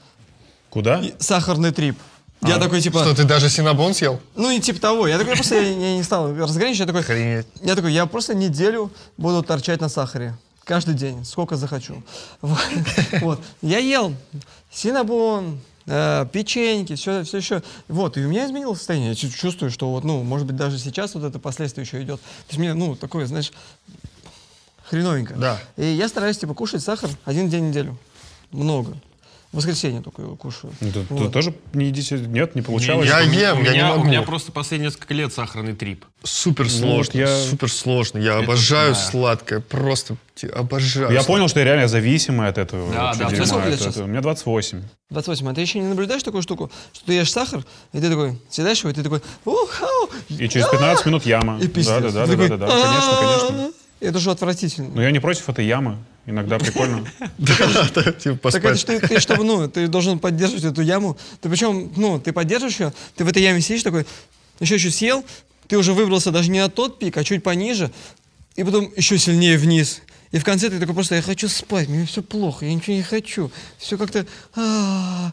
Speaker 2: Куда?
Speaker 3: И- Сахарный трип.
Speaker 4: А,
Speaker 3: Я такой, типа...
Speaker 5: Что, ты даже синабон съел?
Speaker 3: Ну и типа того. Я такой, просто я, я не стал разграничивать. Я такой,
Speaker 5: Охренеть.
Speaker 3: я такой, я просто неделю буду торчать на сахаре. Каждый день, сколько захочу. Вот. Вот. Я ел синабон, э, печеньки, все, все еще. Вот, и у меня изменилось состояние. Я чу- чувствую, что вот, ну, может быть, даже сейчас вот это последствие еще идет. То есть мне, ну, такое, знаешь, хреновенько.
Speaker 5: Да.
Speaker 3: И я стараюсь, типа, кушать сахар один день в неделю. Много. В воскресенье только его кушаю.
Speaker 2: Ну, Ты, ты
Speaker 3: Вот.
Speaker 2: тоже не едите? Нет, не получалось?
Speaker 5: Я
Speaker 4: У меня-
Speaker 5: ем,
Speaker 4: у
Speaker 5: я не
Speaker 4: меня-
Speaker 5: могу.
Speaker 4: У меня просто последние несколько лет сахарный трип.
Speaker 5: Супер сложно,
Speaker 2: Ну, я-
Speaker 5: супер сложно. Я обожаю
Speaker 4: да.
Speaker 5: сладкое, просто те- обожаю.
Speaker 2: Я
Speaker 5: сладкое.
Speaker 2: понял, что я реально зависимый от этого.
Speaker 4: Да,
Speaker 2: вообще
Speaker 4: да,
Speaker 2: дерьма,
Speaker 3: сколько лет
Speaker 2: от
Speaker 3: сейчас?
Speaker 2: этого. У меня 28.
Speaker 3: 28, а ты еще не наблюдаешь такую штуку, что ты ешь сахар, и ты такой, съедаешь его, и ты такой, ухау,
Speaker 2: И через 15 минут яма.
Speaker 3: и пиздец.
Speaker 2: Да, да, да, да,
Speaker 3: Ты такой,
Speaker 2: да, да, конечно, конечно.
Speaker 3: «А-а-а». Это же отвратительно.
Speaker 2: Но я не против этой ямы. Иногда прикольно.
Speaker 5: Да, типа
Speaker 3: так это
Speaker 5: поспать.
Speaker 3: ж ты, ты чтобы, ну, ты должен поддерживать эту яму. Ты причем, ну, ты поддерживаешь ее, ты в этой яме сидишь такой, еще чуть съел, ты уже выбрался даже не на тот пик, а чуть пониже, и потом еще сильнее вниз. И в конце ты такой просто, я хочу спать, мне все плохо, я ничего не хочу. Все как-то... «А-а-а».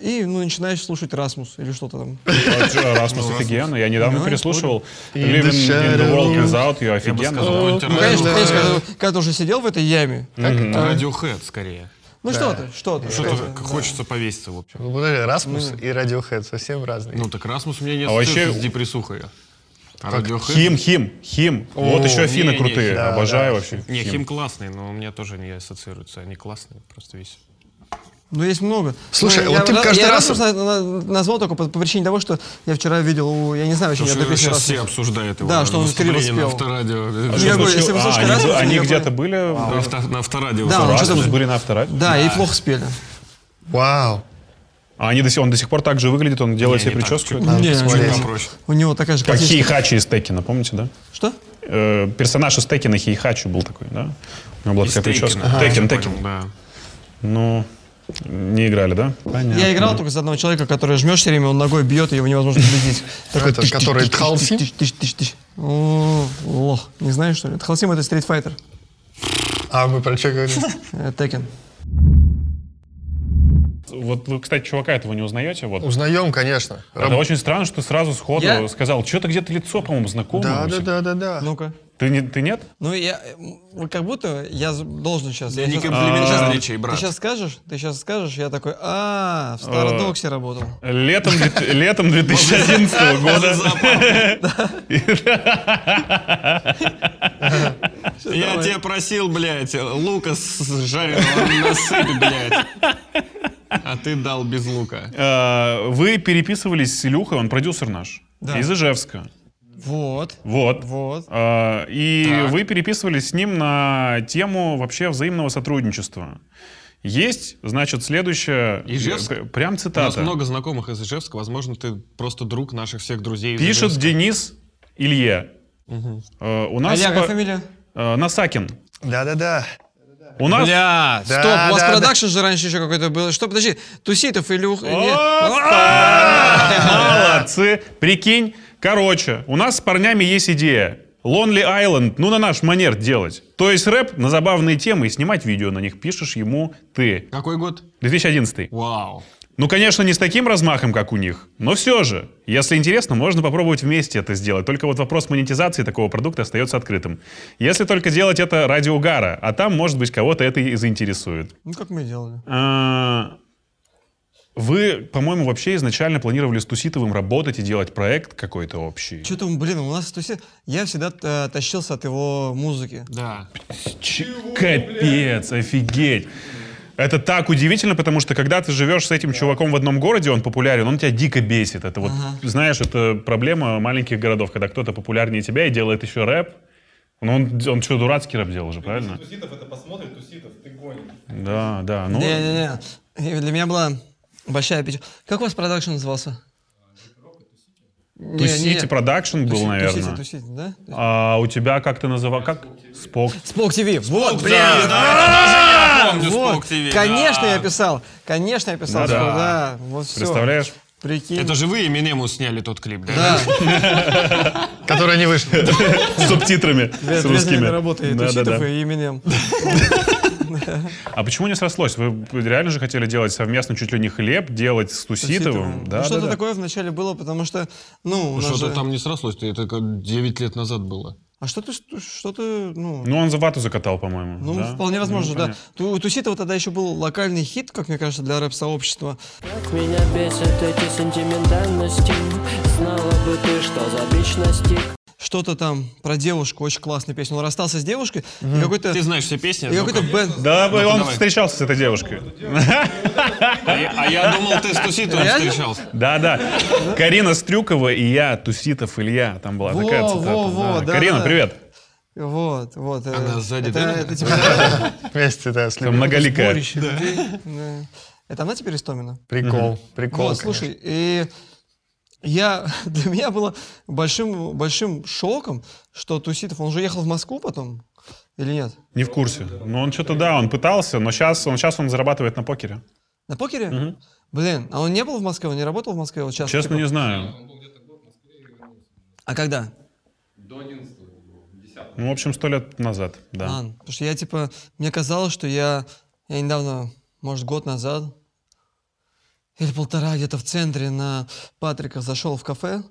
Speaker 3: И, ну, начинаешь слушать Расмус или что-то там.
Speaker 4: Ну,
Speaker 2: Расмус офигенно. Я недавно
Speaker 3: Ну,
Speaker 2: переслушивал
Speaker 5: In the
Speaker 2: Living in the World Without You.
Speaker 5: shadows.
Speaker 4: Я бы сказал,
Speaker 2: Офигенно.
Speaker 4: какой-нибудь
Speaker 3: Ну,
Speaker 4: радио-
Speaker 3: конечно, конечно, когда, ты- когда ты уже сидел в этой яме.
Speaker 4: Радиохэд скорее.
Speaker 3: Ну что ты, что ты? Э, что
Speaker 4: Что-то
Speaker 3: ты?
Speaker 4: хочется повеситься, в общем.
Speaker 5: Ну, подожди, Расмус и Radiohead совсем разные.
Speaker 4: Ну так Расмус у меня не
Speaker 2: А вообще-
Speaker 4: ассоциируется с депрессухой. А Radiohead-
Speaker 2: Хим, хим, хим. Вот еще финны
Speaker 4: не, не,
Speaker 2: крутые.
Speaker 5: да,
Speaker 2: Обожаю
Speaker 5: да.
Speaker 2: вообще.
Speaker 4: Не,
Speaker 2: Хим.
Speaker 4: Хим классный, но у меня тоже не ассоциируется. Они классные, просто весь.
Speaker 3: Ну есть много.
Speaker 5: Слушай,
Speaker 3: Ну,
Speaker 5: вот
Speaker 3: я
Speaker 5: ты
Speaker 3: раз-
Speaker 5: каждый
Speaker 3: я
Speaker 5: раз-
Speaker 3: Расмус на- на- назвал только по, по причине того, что я вчера видел, у- я не знаю, очень я до песни
Speaker 4: сейчас
Speaker 3: Расмуса.
Speaker 4: все обсуждают его.
Speaker 3: Да, что он
Speaker 4: выступление
Speaker 3: Кирилла
Speaker 4: на
Speaker 3: спел.
Speaker 4: авторадио.
Speaker 3: Я
Speaker 2: Что
Speaker 3: говорю, если вы
Speaker 2: случилось? А,
Speaker 3: слышите
Speaker 2: они-
Speaker 3: Rasmus,
Speaker 2: Они
Speaker 3: я
Speaker 2: где-то
Speaker 3: говорю-
Speaker 2: были?
Speaker 4: На авто- На авторадио.
Speaker 3: Да, он
Speaker 4: выступал.
Speaker 3: что-то-
Speaker 2: Rasmus были на авторадио?
Speaker 3: Да, и плохо спели.
Speaker 5: Вау.
Speaker 2: А они до сих, он до сих пор так же выглядит, он делает
Speaker 4: Не,
Speaker 2: себе
Speaker 4: не так,
Speaker 2: прическу.
Speaker 5: Надо
Speaker 3: Не,
Speaker 5: посмотреть.
Speaker 4: Чуть попроще.
Speaker 3: У него такая же
Speaker 2: Как
Speaker 3: косичка.
Speaker 2: Хейхачи из Текина, помните, да?
Speaker 3: Что?
Speaker 2: Э, персонаж из Текина Хейхачи был такой, да? У него была
Speaker 4: Из
Speaker 2: такая прическа.
Speaker 4: Текина. А,
Speaker 2: Текин,
Speaker 4: Я
Speaker 2: Текин.
Speaker 4: понял, Да.
Speaker 2: Ну, не играли, да? Понятно.
Speaker 3: Я играл только за одного человека, который жмешь все время, он ногой бьет, и его невозможно победить.
Speaker 5: Это, который Тхалсим?
Speaker 3: Тыщ, тыщ, тыщ, тыщ. О, Лох. Не знаешь, что ли? Тхалсим — это Street Fighter.
Speaker 5: А мы про что говорим?
Speaker 3: Э, Tekken.
Speaker 2: Вот вы, кстати, чувака этого не узнаете? Вот.
Speaker 5: Узнаем, конечно.
Speaker 2: Это очень странно, что ты сразу сходу
Speaker 3: Я-
Speaker 2: сказал, что-то где-то лицо, по-моему, знакомое.
Speaker 5: Да,
Speaker 2: у
Speaker 5: да,
Speaker 2: всех».
Speaker 5: да, да, да.
Speaker 3: Ну-ка.
Speaker 2: Ты, не, ты нет?
Speaker 3: Ну, я м, как будто я з- должен сейчас.
Speaker 4: Да
Speaker 3: я
Speaker 4: не
Speaker 3: щас-
Speaker 4: комплиментарь
Speaker 3: щас-
Speaker 4: речей, брат.
Speaker 3: А, Ты сейчас скажешь, ты сейчас скажешь, я такой, а, в Стародоксе работал.
Speaker 2: Летом, две- летом 2011 года.
Speaker 4: Я тебя просил, блядь, лука с жареного на сыр, блядь. А ты дал без лука.
Speaker 2: Э, Вы переписывались с Илюхой, он продюсер наш.
Speaker 3: Да.
Speaker 2: Из Ижевска.
Speaker 3: Вот.
Speaker 2: Вот.
Speaker 3: Вот.
Speaker 2: А, И
Speaker 4: Так.
Speaker 2: вы переписывались с ним на тему вообще взаимного сотрудничества. Есть, значит, следующее...
Speaker 4: Ижевск?
Speaker 2: П- Прям
Speaker 4: У нас
Speaker 2: цитата.
Speaker 4: много знакомых из Ижевска, возможно, ты просто друг наших всех друзей. из
Speaker 2: Пишет
Speaker 4: Ижевска.
Speaker 2: Денис Илье. Э, У нас...
Speaker 3: А я,
Speaker 2: по-
Speaker 3: как фамилия?
Speaker 2: э, Насакин.
Speaker 5: Да, да, да.
Speaker 2: У нас...
Speaker 3: Бля,
Speaker 5: Да,
Speaker 3: стоп, у вас
Speaker 5: да, да.
Speaker 3: продакшн же раньше еще какой-то был. Что, подожди, Туситов или А, Ух... А!
Speaker 2: Опа! Молодцы! Прикинь, короче, у нас с парнями есть идея. Lonely Island, ну на наш манер делать. То есть рэп на забавные темы и снимать видео на них пишешь ему ты.
Speaker 4: Какой год?
Speaker 2: 2011.
Speaker 4: Вау.
Speaker 2: Ну, конечно, не с таким размахом, как у них, но все же. Если интересно, можно попробовать вместе это сделать. Только вот вопрос монетизации такого продукта остается открытым. Если только делать это ради угара, а там, может быть, кого-то это и заинтересует.
Speaker 3: Ну, как мы делали.
Speaker 2: А, Вы, по-моему, вообще изначально планировали с Туситовым работать и делать проект какой-то общий.
Speaker 3: Что-то, блин, у нас Туси... Я всегда э, тащился от его музыки.
Speaker 4: Да.
Speaker 2: Ч- Капец, офигеть. Это так удивительно, потому что когда ты живешь с этим чуваком в одном городе, он популярен, он тебя дико бесит. Это вот, знаешь, это проблема маленьких городов, когда кто-то популярнее тебя и делает еще рэп. Ну, он, он что, дурацкий рэп делал уже, правильно?
Speaker 6: Ну, Туситов это посмотрит, Туситов, ты гонишь.
Speaker 2: Да, да. Ну,
Speaker 3: Не-не-не. И Для меня была большая печаль. Как у вас продакшн назывался? Не-не-не.
Speaker 2: Тусити продакшн был,
Speaker 3: Туси-
Speaker 2: наверное.
Speaker 3: Тусити, Тусити, да?
Speaker 2: А у тебя как ты называл? Как? Спок.
Speaker 3: Спок ТВ. Вот, блин,
Speaker 4: Да, да, это даже я помню, Спок
Speaker 3: вот.
Speaker 4: TV,
Speaker 3: Конечно,
Speaker 4: да.
Speaker 3: я писал. Конечно, я
Speaker 2: Да.
Speaker 3: писал. что Да, вот все.
Speaker 2: Представляешь?
Speaker 3: Прикинь.
Speaker 4: Это же вы Эминему сняли тот клип, да?
Speaker 3: Да,
Speaker 5: Который не вышел.
Speaker 2: С субтитрами.
Speaker 3: две-
Speaker 2: С
Speaker 3: две
Speaker 2: русскими.
Speaker 3: работы.
Speaker 2: Да, да,
Speaker 3: Туситов
Speaker 2: да.
Speaker 3: и Eminem.
Speaker 2: А почему не срослось? Вы реально же хотели делать совместно чуть ли не хлеб, делать с Туситовым?
Speaker 3: Ну,
Speaker 2: Да,
Speaker 3: что-то
Speaker 2: да, да.
Speaker 3: такое вначале было, потому что, ну, у нас
Speaker 4: Что-то
Speaker 3: же-
Speaker 4: там не срослось, это как 9 лет назад было.
Speaker 3: А что-то, что-то, ну...
Speaker 2: Ну, он за вату закатал, по-моему.
Speaker 3: Ну,
Speaker 2: да?
Speaker 3: вполне возможно,
Speaker 2: Ну,
Speaker 3: да.
Speaker 2: понятно.
Speaker 3: Ту- У Туситова тогда еще был локальный хит, как мне кажется, для рэп-сообщества.
Speaker 7: Как меня бесят эти сентиментальности Знала бы ты, что за бичности
Speaker 3: Что-то там про девушку, очень классная песня. Он расстался с девушкой, и какой-то...
Speaker 4: Ты знаешь все песни? ну,
Speaker 3: и какой-то бэнд...
Speaker 2: Да, он
Speaker 4: давай.
Speaker 2: встречался с этой девушкой.
Speaker 4: А я, а я думал, ты с Туситовым
Speaker 3: Реально?
Speaker 4: встречался.
Speaker 2: Да, да. Карина Стрюкова и я, Туситов Илья. Там была
Speaker 3: Во,
Speaker 2: такая
Speaker 3: во,
Speaker 2: цитата.
Speaker 3: во, да,
Speaker 2: Карина,
Speaker 3: да.
Speaker 2: привет.
Speaker 3: Вот, вот. э,
Speaker 4: Она сзади,
Speaker 3: это,
Speaker 4: да?
Speaker 3: это, типа,
Speaker 5: Вместе, да, с
Speaker 2: Ты
Speaker 5: Линой.
Speaker 2: Многоликая.
Speaker 3: сборище людей. Да. Э, Это она теперь Истомина?
Speaker 5: Прикол, прикол.
Speaker 3: Вот,
Speaker 5: конечно.
Speaker 3: Ну, слушай, и я, для меня было большим, большим шоком, что Туситов, он же ехал в Москву потом, или нет?
Speaker 2: Не в курсе. Ну, он что-то, да, он пытался, но сейчас он, сейчас он зарабатывает на покере.
Speaker 3: На покере? Блин, а он не был в Москве, он не работал в Москве вот сейчас?
Speaker 2: Честно,
Speaker 3: типа?
Speaker 2: не знаю.
Speaker 3: А когда?
Speaker 2: Ну, в общем, сто лет назад, да.
Speaker 3: А, потому что я, типа, мне казалось, что я, я недавно, может, год назад или полтора где-то в центре на Патрика зашел в кафе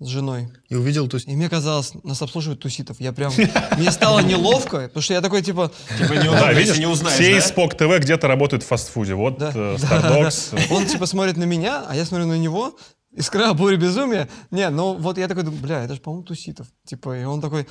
Speaker 3: с женой.
Speaker 5: И увидел, то есть...
Speaker 3: И мне казалось, нас обслуживают туситов. Я прям... Мне стало неловко, потому что я такой, типа...
Speaker 4: Типа не
Speaker 2: Да,
Speaker 4: удобно,
Speaker 2: видишь,
Speaker 4: если не узнаешь,
Speaker 2: все
Speaker 4: да?
Speaker 2: из Спок ТВ где-то работают в фастфуде. Вот
Speaker 3: Да.
Speaker 2: э,
Speaker 3: Да-да-да.
Speaker 2: Starbucks. э,
Speaker 3: Он, типа, смотрит на меня, а я смотрю на него. Искра буря безумия. Не, ну вот я такой думаю, бля, это же, по-моему, туситов. Типа, и он такой...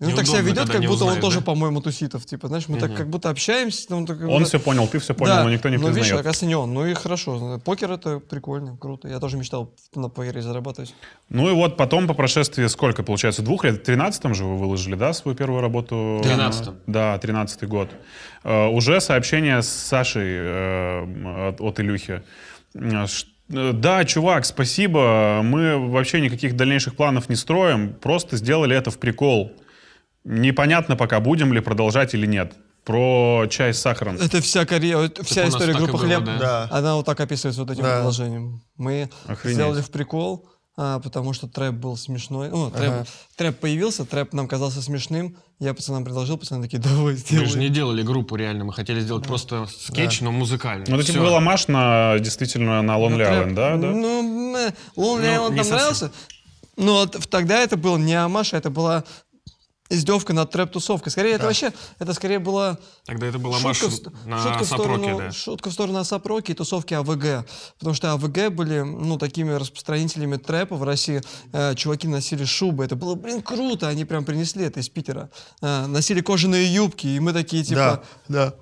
Speaker 3: и он так себя
Speaker 4: Неудобно,
Speaker 3: ведет,
Speaker 4: когда
Speaker 3: как
Speaker 4: не
Speaker 3: будто он
Speaker 4: узнаешь,
Speaker 3: тоже,
Speaker 4: да?
Speaker 3: по-моему, туситов. Типа, знаешь, мы так как будто общаемся. Он, так,
Speaker 2: Он
Speaker 3: вот-
Speaker 2: все понял, ты все понял,
Speaker 3: Да,
Speaker 2: но никто не
Speaker 3: ну, видишь,
Speaker 2: признает.
Speaker 3: оказывается, не он. Ну и хорошо. Покер это прикольно, круто. Я тоже мечтал на покере зарабатывать.
Speaker 2: Ну и вот потом, по прошествии сколько, получается, двух лет? В 13 же вы выложили, да, свою первую работу?
Speaker 4: В 13-м.
Speaker 2: Да, 13 год. Э, уже сообщение с Сашей э, от, от Илюхи. Э, ш- э, Да, чувак, спасибо. Мы вообще никаких дальнейших планов не строим. Просто сделали это в прикол. Непонятно пока, будем ли продолжать или нет. Про чай с сахаром.
Speaker 3: Это вся карьера, это вся
Speaker 4: у нас
Speaker 3: история
Speaker 4: так и
Speaker 3: группы
Speaker 4: было,
Speaker 3: «Хлеб».
Speaker 4: да.
Speaker 5: Да.
Speaker 3: Она вот так описывается вот этим
Speaker 5: Да.
Speaker 3: предложением. Мы
Speaker 2: Охренеть.
Speaker 3: сделали в прикол, а, потому что трэп был смешной. Ну, трэп, трэп появился, трэп нам казался смешным. Я пацанам предложил, пацаны такие, давай
Speaker 4: Мы же не
Speaker 3: сделаем.
Speaker 4: делали группу реально, мы хотели сделать просто скетч, но музыкальный.
Speaker 2: Ну, это типа
Speaker 4: Всё.
Speaker 2: был амаш на, действительно, на Lonely Island, да? да?
Speaker 3: Ну, м, Lonely
Speaker 4: Ну,
Speaker 3: Island нам
Speaker 4: не совсем.
Speaker 3: нравился. Но Ну, вот тогда это был не Амаш, это была издевка над трэп-тусовкой. Скорее, это вообще, это скорее была
Speaker 4: Тогда это была
Speaker 3: Шутка
Speaker 4: Маша
Speaker 3: в, ст- шутка
Speaker 4: на
Speaker 3: в
Speaker 4: Сапроке,
Speaker 3: сторону,
Speaker 4: да.
Speaker 3: шутка в сторону Асапроки и тусовки АВГ. А Потому что АВГ были, ну, такими распространителями трэпа в России. Э, чуваки носили шубы. Это было, блин, круто. Они прям принесли это из Питера. Э, носили кожаные юбки. И мы такие, типа...
Speaker 5: Да, да.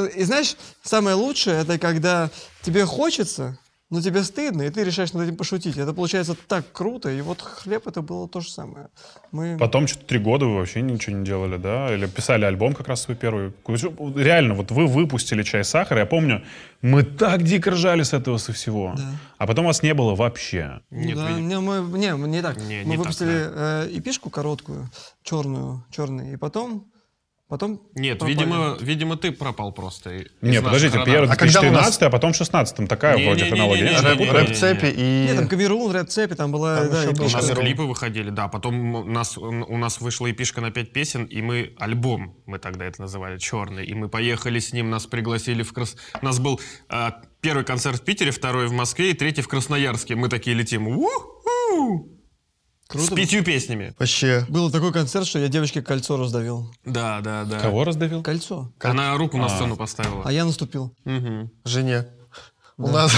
Speaker 3: Э, И знаешь, самое лучшее, это когда тебе хочется, но тебе стыдно, и ты решаешь над этим пошутить. Это получается так круто. И вот хлеб это было то же самое. Мы...
Speaker 2: Потом что-то три года вы вообще ничего не делали, да? Или писали альбом как раз свой первый. Реально, вот вы выпустили «Чай сахар», я помню, мы так дико ржали с этого со всего. А потом вас не было вообще.
Speaker 3: Ну
Speaker 4: Нет,
Speaker 3: да,
Speaker 4: вы-
Speaker 3: не, мы, не, мы не так.
Speaker 4: Не,
Speaker 3: мы
Speaker 4: не так,
Speaker 3: выпустили э, эпишку короткую, черную, черный, и потом, потом.
Speaker 4: Нет,
Speaker 3: пропали.
Speaker 4: видимо, видимо, ты пропал просто. и- из
Speaker 2: Не,
Speaker 4: наших
Speaker 2: подождите,
Speaker 4: радаров.
Speaker 2: первый
Speaker 5: А когда у
Speaker 2: 2013, а потом 16 такая
Speaker 4: Не-не-не-не-не-не.
Speaker 2: вроде аналогия.
Speaker 4: Не-не-не.
Speaker 5: Рэп-
Speaker 4: не, не,
Speaker 5: Рэп-цепи
Speaker 3: Нет, там
Speaker 5: и...
Speaker 3: Камерун, рэп цепи, там была
Speaker 5: Там
Speaker 3: да,
Speaker 5: еще был
Speaker 4: У
Speaker 3: эпишка.
Speaker 4: нас
Speaker 5: Шагрон.
Speaker 4: клипы выходили, да. Потом у нас, у нас вышла эпишка на пять песен, и мы альбом, мы тогда это называли, черный. И мы поехали с ним, нас пригласили в Крас... У нас был э, первый концерт в Питере, второй в Москве и третий в Красноярске. Мы такие летим. «У-ху!» С пятью песнями.
Speaker 5: Вообще...
Speaker 3: Был такой концерт, что я девочке кольцо раздавил.
Speaker 4: Да, да, да.
Speaker 2: Кого раздавил?
Speaker 3: Кольцо.
Speaker 4: Она руку на сцену поставила.
Speaker 3: А я наступил.
Speaker 4: Мгм.
Speaker 5: Жене. У нас...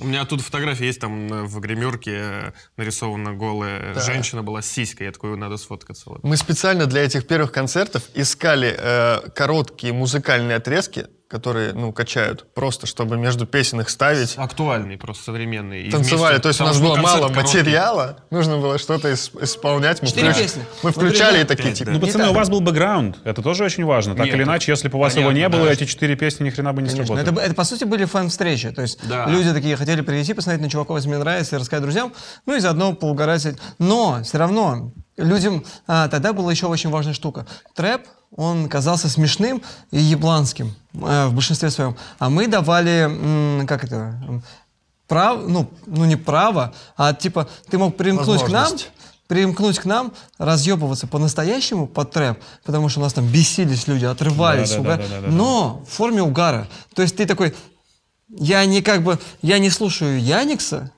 Speaker 4: У меня тут фотография есть, там э, в гримерке э, нарисована голая женщина была с сиськой. Я такой, надо сфоткаться. ладно».
Speaker 5: Мы специально для этих первых концертов искали э, короткие музыкальные отрезки, которые, ну, качают, просто чтобы между песен их ставить.
Speaker 4: Актуальный, просто современный. И
Speaker 5: Танцевали,
Speaker 4: вместе-
Speaker 5: то есть у
Speaker 4: потому
Speaker 5: нас
Speaker 4: что
Speaker 5: было
Speaker 4: концерт
Speaker 5: мало
Speaker 4: короткий.
Speaker 5: материала, нужно было что-то ис- исполнять. Мы,
Speaker 3: Четыре
Speaker 5: включ-
Speaker 3: песни.
Speaker 5: мы
Speaker 3: Мы
Speaker 5: включали
Speaker 3: придумали
Speaker 5: и такие,
Speaker 4: пять,
Speaker 5: типа,
Speaker 4: да.
Speaker 2: Ну, пацаны, у вас был бэкграунд, это тоже очень важно. Так
Speaker 4: Нет,
Speaker 2: или
Speaker 4: так
Speaker 2: иначе, если бы у вас его не
Speaker 4: понятно,
Speaker 2: было,
Speaker 4: да.
Speaker 2: эти четыре песни ни хрена бы не
Speaker 3: Конечно,
Speaker 2: сработали.
Speaker 3: это, это, по сути были фан-встречи. То есть
Speaker 4: Да.
Speaker 3: люди такие хотели прийти, посмотреть на чуваков из мне нравится и рассказать друзьям, ну и заодно поугарать. Но все равно людям а, тогда была еще очень важная штука. Трэп, он казался смешным и ебланским э, в большинстве своем. А мы давали, м, как это, м, прав, ну, ну не право, а типа ты мог примкнуть к нам,
Speaker 5: Возможность.
Speaker 3: примкнуть к нам, разъебываться по-настоящему под трэп, потому что у нас там бесились люди, отрывались,
Speaker 2: Да-да-да-да-да-да.
Speaker 3: угар- но в форме угара. То есть ты такой, я не как бы, я не слушаю Яникса,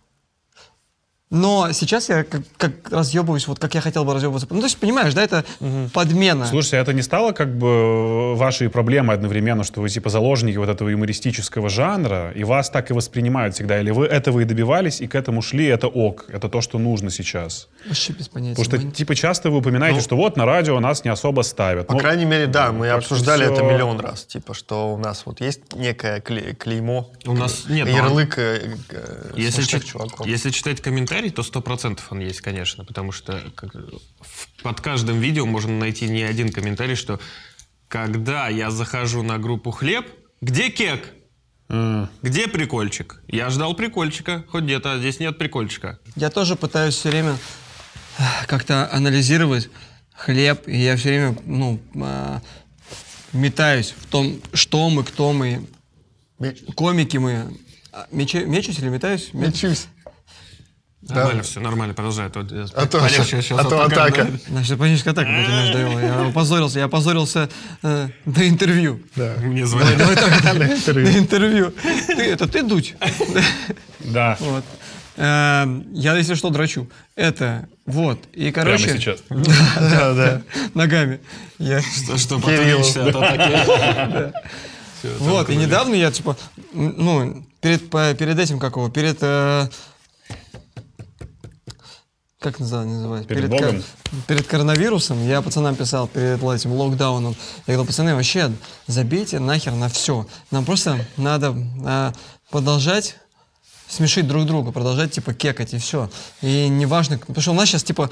Speaker 3: но сейчас я как, как разъебываюсь, вот как я хотел бы разъебываться. Ну, то есть, понимаешь, да, это подмена.
Speaker 2: Слушайте, а это не стало как бы э, вашей проблемой одновременно, что вы типа заложники вот этого юмористического жанра, и вас так и воспринимают всегда? Или вы этого и добивались, и к этому шли, и это ок, это то, что нужно сейчас?
Speaker 3: Вообще без понятия.
Speaker 2: Потому что
Speaker 3: Мы-
Speaker 2: типа часто вы упоминаете,
Speaker 3: Ну.
Speaker 2: что вот на радио нас не особо ставят.
Speaker 5: По
Speaker 2: Ну,
Speaker 5: крайней мере, да, мы
Speaker 2: так
Speaker 5: обсуждали
Speaker 2: что
Speaker 5: это
Speaker 2: всё-
Speaker 5: миллион раз. Типа, что у нас вот есть некое кле- клеймо,
Speaker 4: У нас нет, но
Speaker 5: ярлык э, э,
Speaker 4: Если,
Speaker 5: смешных
Speaker 4: чит-
Speaker 5: чуваков.
Speaker 4: если читать комментарий, то 100% он есть, конечно, потому что как- в- под каждым видео можно найти не один комментарий, что когда я захожу на группу «Хлеб», где кек? Где прикольчик? Я ждал прикольчика, хоть где-то, а здесь нет прикольчика.
Speaker 3: Я тоже пытаюсь все время эх, как-то анализировать хлеб, и я все время, ну, а, метаюсь в том, что мы, кто мы,
Speaker 5: Меч-
Speaker 3: комики мы. А, мече- мечусь или метаюсь? Ме-
Speaker 5: Мечусь.
Speaker 4: Нормально все, нормально, продолжай. А то,
Speaker 5: А то,
Speaker 4: полегче сейчас
Speaker 5: а то атака.
Speaker 3: Значит, паническая атака, блядь, меня ждала. Я опозорился, я опозорился э, до интервью.
Speaker 4: Мне звонят.
Speaker 3: Давай так, До интервью. Ты, это ты дуть?
Speaker 2: Да,
Speaker 3: Вот. Эм, Я, если что, драчу. Это, вот. И,
Speaker 2: прямо
Speaker 3: короче...
Speaker 2: сейчас.
Speaker 5: Да, да.
Speaker 3: Ногами. Я
Speaker 4: Что, что потом
Speaker 5: Кирилл.
Speaker 4: лечишься от атаки. Всё, там
Speaker 3: Вот, и
Speaker 4: круто.
Speaker 3: недавно я, типа, м, ну, перед, по- перед этим, как его, перед... э, как назва- называется?
Speaker 2: Перед
Speaker 3: кор-
Speaker 2: Богом?
Speaker 3: перед коронавирусом я пацанам писал, перед этим локдауном. Я говорил, пацаны, вообще забейте нахер на все. Нам просто надо э, продолжать смешить друг друга, продолжать, типа, кекать и все. И неважно, к- потому что у нас сейчас, типа,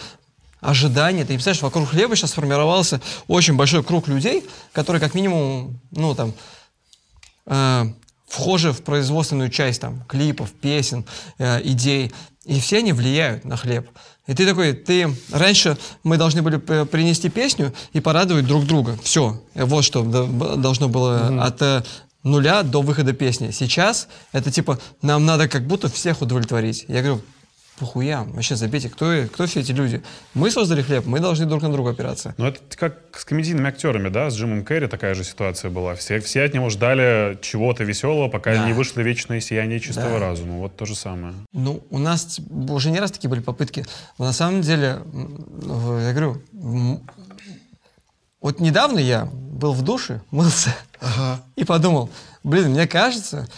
Speaker 3: ожидание, ты не представляешь, вокруг хлеба сейчас сформировался очень большой круг людей, которые, как минимум, ну, там, э, вхожи в производственную часть, там, клипов, песен, э, идей, и все они влияют на хлеб. И ты такой, ты раньше мы должны были п- принести песню и порадовать друг друга. Все, вот что до- б- должно было от э, нуля до выхода песни. Сейчас это типа нам надо как будто всех удовлетворить. Я говорю, похуя, вообще забейте, кто, э- кто все эти люди? Мы создали хлеб, мы должны друг на друга опираться.
Speaker 2: Ну, это как с комедийными актерами, да? С Джимом Керри такая же ситуация была. Все, все от него ждали чего-то веселого, пока
Speaker 3: Да.
Speaker 2: не вышло вечное сияние чистого
Speaker 3: Да.
Speaker 2: разума. Вот то же самое.
Speaker 3: Ну, у нас уже не раз такие были попытки. Но на самом деле, м, в- я говорю, м, вот недавно я был в душе, мылся и подумал, блин, мне кажется,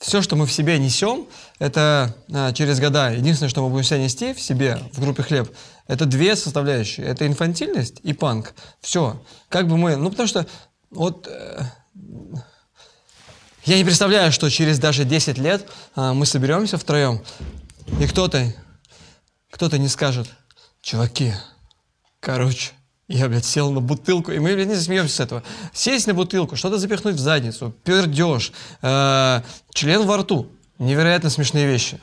Speaker 3: все, что мы в себе несем, это а, через года. Единственное, что мы будем себя нести в себе, в группе хлеб, это две составляющие. Это инфантильность и панк. Все. Как бы мы... Ну, потому что вот... э, я не представляю, что через даже 10 лет а, мы соберемся втроем, и кто-то, кто-то не скажет, чуваки, короче, я, блядь, сел на бутылку, и мы, блядь, не засмеемся с этого. Сесть на бутылку, что-то запихнуть в задницу, пердеж, э, член во рту. Невероятно смешные вещи.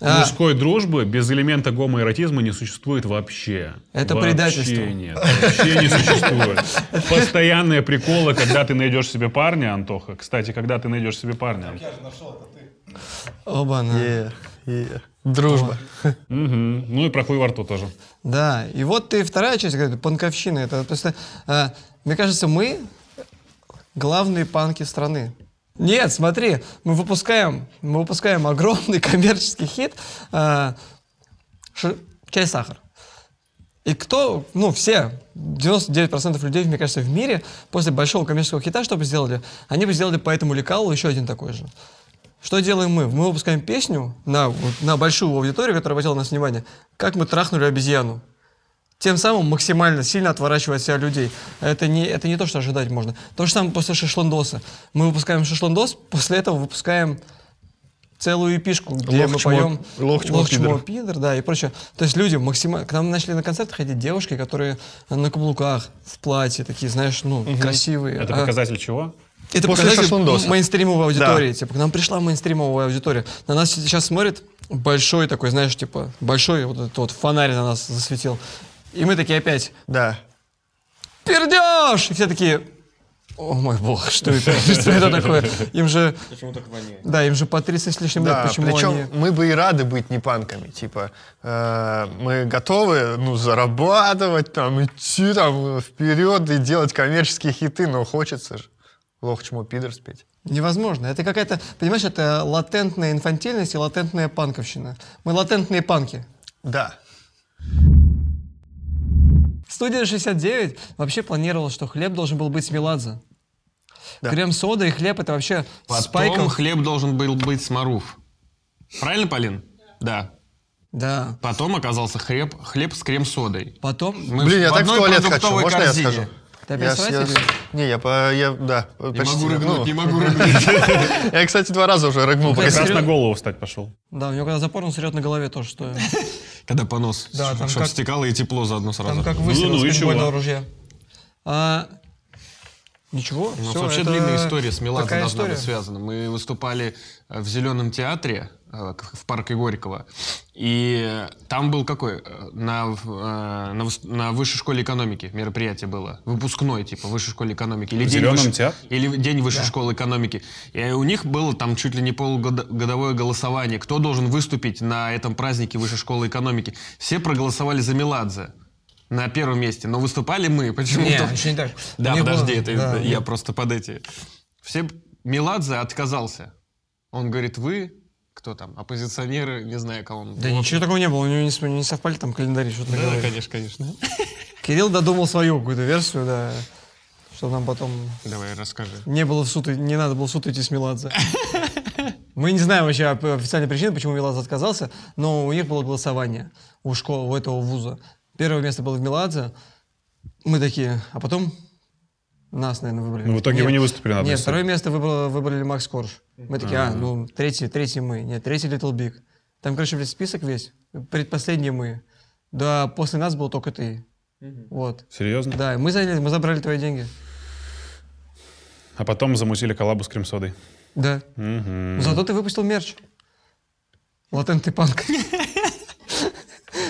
Speaker 3: А,
Speaker 2: Мужской дружбы без элемента гомоэротизма не существует вообще.
Speaker 3: Это
Speaker 2: вообще
Speaker 3: предательство.
Speaker 2: Нет, вообще не существует. Постоянные приколы, когда ты найдешь себе парня, Антоха. Кстати, когда ты найдешь себе парня.
Speaker 3: оба-на.
Speaker 5: Е, е. Дружба.
Speaker 2: Мгм. Ну и про хуй во рту тоже.
Speaker 3: Да, и вот и вторая часть, говорю, панковщина. Это просто, э, мне кажется, мы главные панки страны. Нет, смотри, мы выпускаем, мы выпускаем огромный коммерческий хит э, ш- «Чай сахар». И кто, ну, все, 99% людей, мне кажется, в мире после большого коммерческого хита, что бы сделали? Они бы сделали по этому лекалу еще один такой же. Что делаем мы? Мы выпускаем песню на, вот на большую аудиторию, которая обратила на нас внимание, как мы трахнули обезьяну. Тем самым максимально сильно отворачивая от себя людей. Это не, это не то, что ожидать можно. То же самое после шашлындоса. Мы выпускаем шашлындос, после этого выпускаем целую эпишку, где
Speaker 5: Лох
Speaker 3: мы
Speaker 5: чмо-
Speaker 3: поем
Speaker 5: лох чмо
Speaker 3: чмо
Speaker 5: пидор».
Speaker 3: пидор, да, и прочее. То есть люди максимально... К нам начали на концерты ходить девушки, которые на каблуках, в платье, такие, знаешь, ну, красивые.
Speaker 2: Это
Speaker 3: А-
Speaker 2: показатель чего?
Speaker 3: это
Speaker 5: После
Speaker 3: показатель
Speaker 5: шашлындоса.
Speaker 3: мейнстримовой аудитории. Типа, к нам пришла мейнстримовая аудитория. На нас сейчас смотрит большой такой, знаешь, типа, большой вот этот вот фонарь на нас засветил. И мы такие опять,
Speaker 5: Да.
Speaker 3: пердеж! И все такие, О мой бог, что это, что это такое? Им же,
Speaker 6: Почему так воняет?
Speaker 3: да, им же по 30 с
Speaker 4: Ну
Speaker 3: лишним лет,
Speaker 5: Да,
Speaker 3: почему
Speaker 5: причем
Speaker 3: они...
Speaker 5: мы бы и рады быть не панками, типа э, мы готовы, ну зарабатывать там идти там вперед и делать коммерческие хиты, но хочется же лох чему пидор спеть.
Speaker 3: Невозможно. Это какая-то, понимаешь, это латентная инфантильность и латентная панковщина. Мы латентные панки.
Speaker 5: Да.
Speaker 3: Студия 69 вообще планировала, что хлеб должен был быть с Меладзе.
Speaker 5: Да.
Speaker 3: Крем-сода и хлеб это вообще
Speaker 4: Потом
Speaker 3: спайком.
Speaker 4: хлеб должен был быть смаруф. Правильно, Полин? Да.
Speaker 3: Да.
Speaker 4: Потом оказался хлеб, хлеб с крем-содой.
Speaker 3: Потом.
Speaker 4: Мы
Speaker 5: Блин, я
Speaker 4: Ну, в
Speaker 5: так в
Speaker 4: одной
Speaker 5: туалет хочу.
Speaker 4: продуктовой
Speaker 5: Можно я
Speaker 4: корзине.
Speaker 5: схожу?
Speaker 3: Ты опять
Speaker 5: Я-
Speaker 3: срать
Speaker 5: я-
Speaker 3: или-
Speaker 5: Не, я по, я, да,
Speaker 4: Не
Speaker 5: почти
Speaker 4: могу
Speaker 5: рыгнул.
Speaker 4: рыгнуть, не могу рыгнуть.
Speaker 5: Я, кстати, два раза уже рыгнул.
Speaker 3: Ну,
Speaker 5: пока
Speaker 2: Как раз
Speaker 3: серьёзно?
Speaker 2: на голову встать пошел.
Speaker 3: Да, у него когда запор, он срет на голове тоже, что
Speaker 4: Ну, Когда понос,
Speaker 3: Да, там
Speaker 4: чтобы
Speaker 3: как-
Speaker 4: стекало и тепло заодно сразу.
Speaker 3: там как выстрел
Speaker 2: ну,
Speaker 3: из
Speaker 2: и чего?
Speaker 3: пейнтбольного ружья. А, Ничего,
Speaker 4: У нас
Speaker 3: всё,
Speaker 4: вообще
Speaker 3: это
Speaker 4: Ну, длинная история с Меладзе
Speaker 3: такая
Speaker 4: должна
Speaker 3: история.
Speaker 4: быть связана. Мы выступали э, в Зеленом театре э, к- в парке Горького, и там был какой? Э, На, в- э, на, выс- на высшей школе экономики мероприятие было. Выпускной, типа, высшей школе экономики. Или
Speaker 2: В
Speaker 4: день
Speaker 2: «Зелёном
Speaker 4: высшей-
Speaker 2: театре»?
Speaker 4: Или день высшей школы экономики. И у них было там чуть ли не полугодовое голосование, кто должен выступить на этом празднике высшей школы экономики. Все проголосовали за Меладзе. На первом месте, но выступали мы
Speaker 3: Не,
Speaker 4: почему-то.
Speaker 3: ещё не так.
Speaker 4: Да,
Speaker 3: Не было-
Speaker 4: подожди, это
Speaker 3: да,
Speaker 4: я
Speaker 3: не-
Speaker 4: просто под эти. Все Меладзе отказался. Он говорит, вы кто там, оппозиционеры, не знаю, кого он.
Speaker 3: Да
Speaker 4: Вот.
Speaker 3: ничего такого не было, у него не, сп- не совпали там календари, что-то
Speaker 4: Да,
Speaker 3: такое.
Speaker 4: да, конечно, конечно.
Speaker 3: Кирилл додумал свою какую-то версию, да, что нам потом
Speaker 4: Давай расскажи.
Speaker 3: не было в суд, и- не надо было в суд идти с Меладзе. Мы не знаем вообще об- официальной причины, почему Меладзе отказался, но у них было голосование у школы, у этого вуза. Первое место было Меладзе. Мы такие, а потом нас, наверное, выбрали.
Speaker 2: Ну, в итоге
Speaker 3: Нет.
Speaker 2: вы не выступили на одной
Speaker 3: Нет,
Speaker 2: сцене.
Speaker 3: второе место выбрала- выбрали Макс Корж. Мы такие, а, ну, третий, третий мы. Нет, третий Little Big. Там, короче, блядь, список весь. Предпоследний мы. Да, после нас был только ты. Вот.
Speaker 2: Серьезно?
Speaker 3: Да, и мы заняли, мы забрали твои деньги.
Speaker 2: А потом замутили коллабу с крем-содой.
Speaker 3: Да.
Speaker 2: Мгм.
Speaker 3: Но Зато ты выпустил мерч. Латентный панк.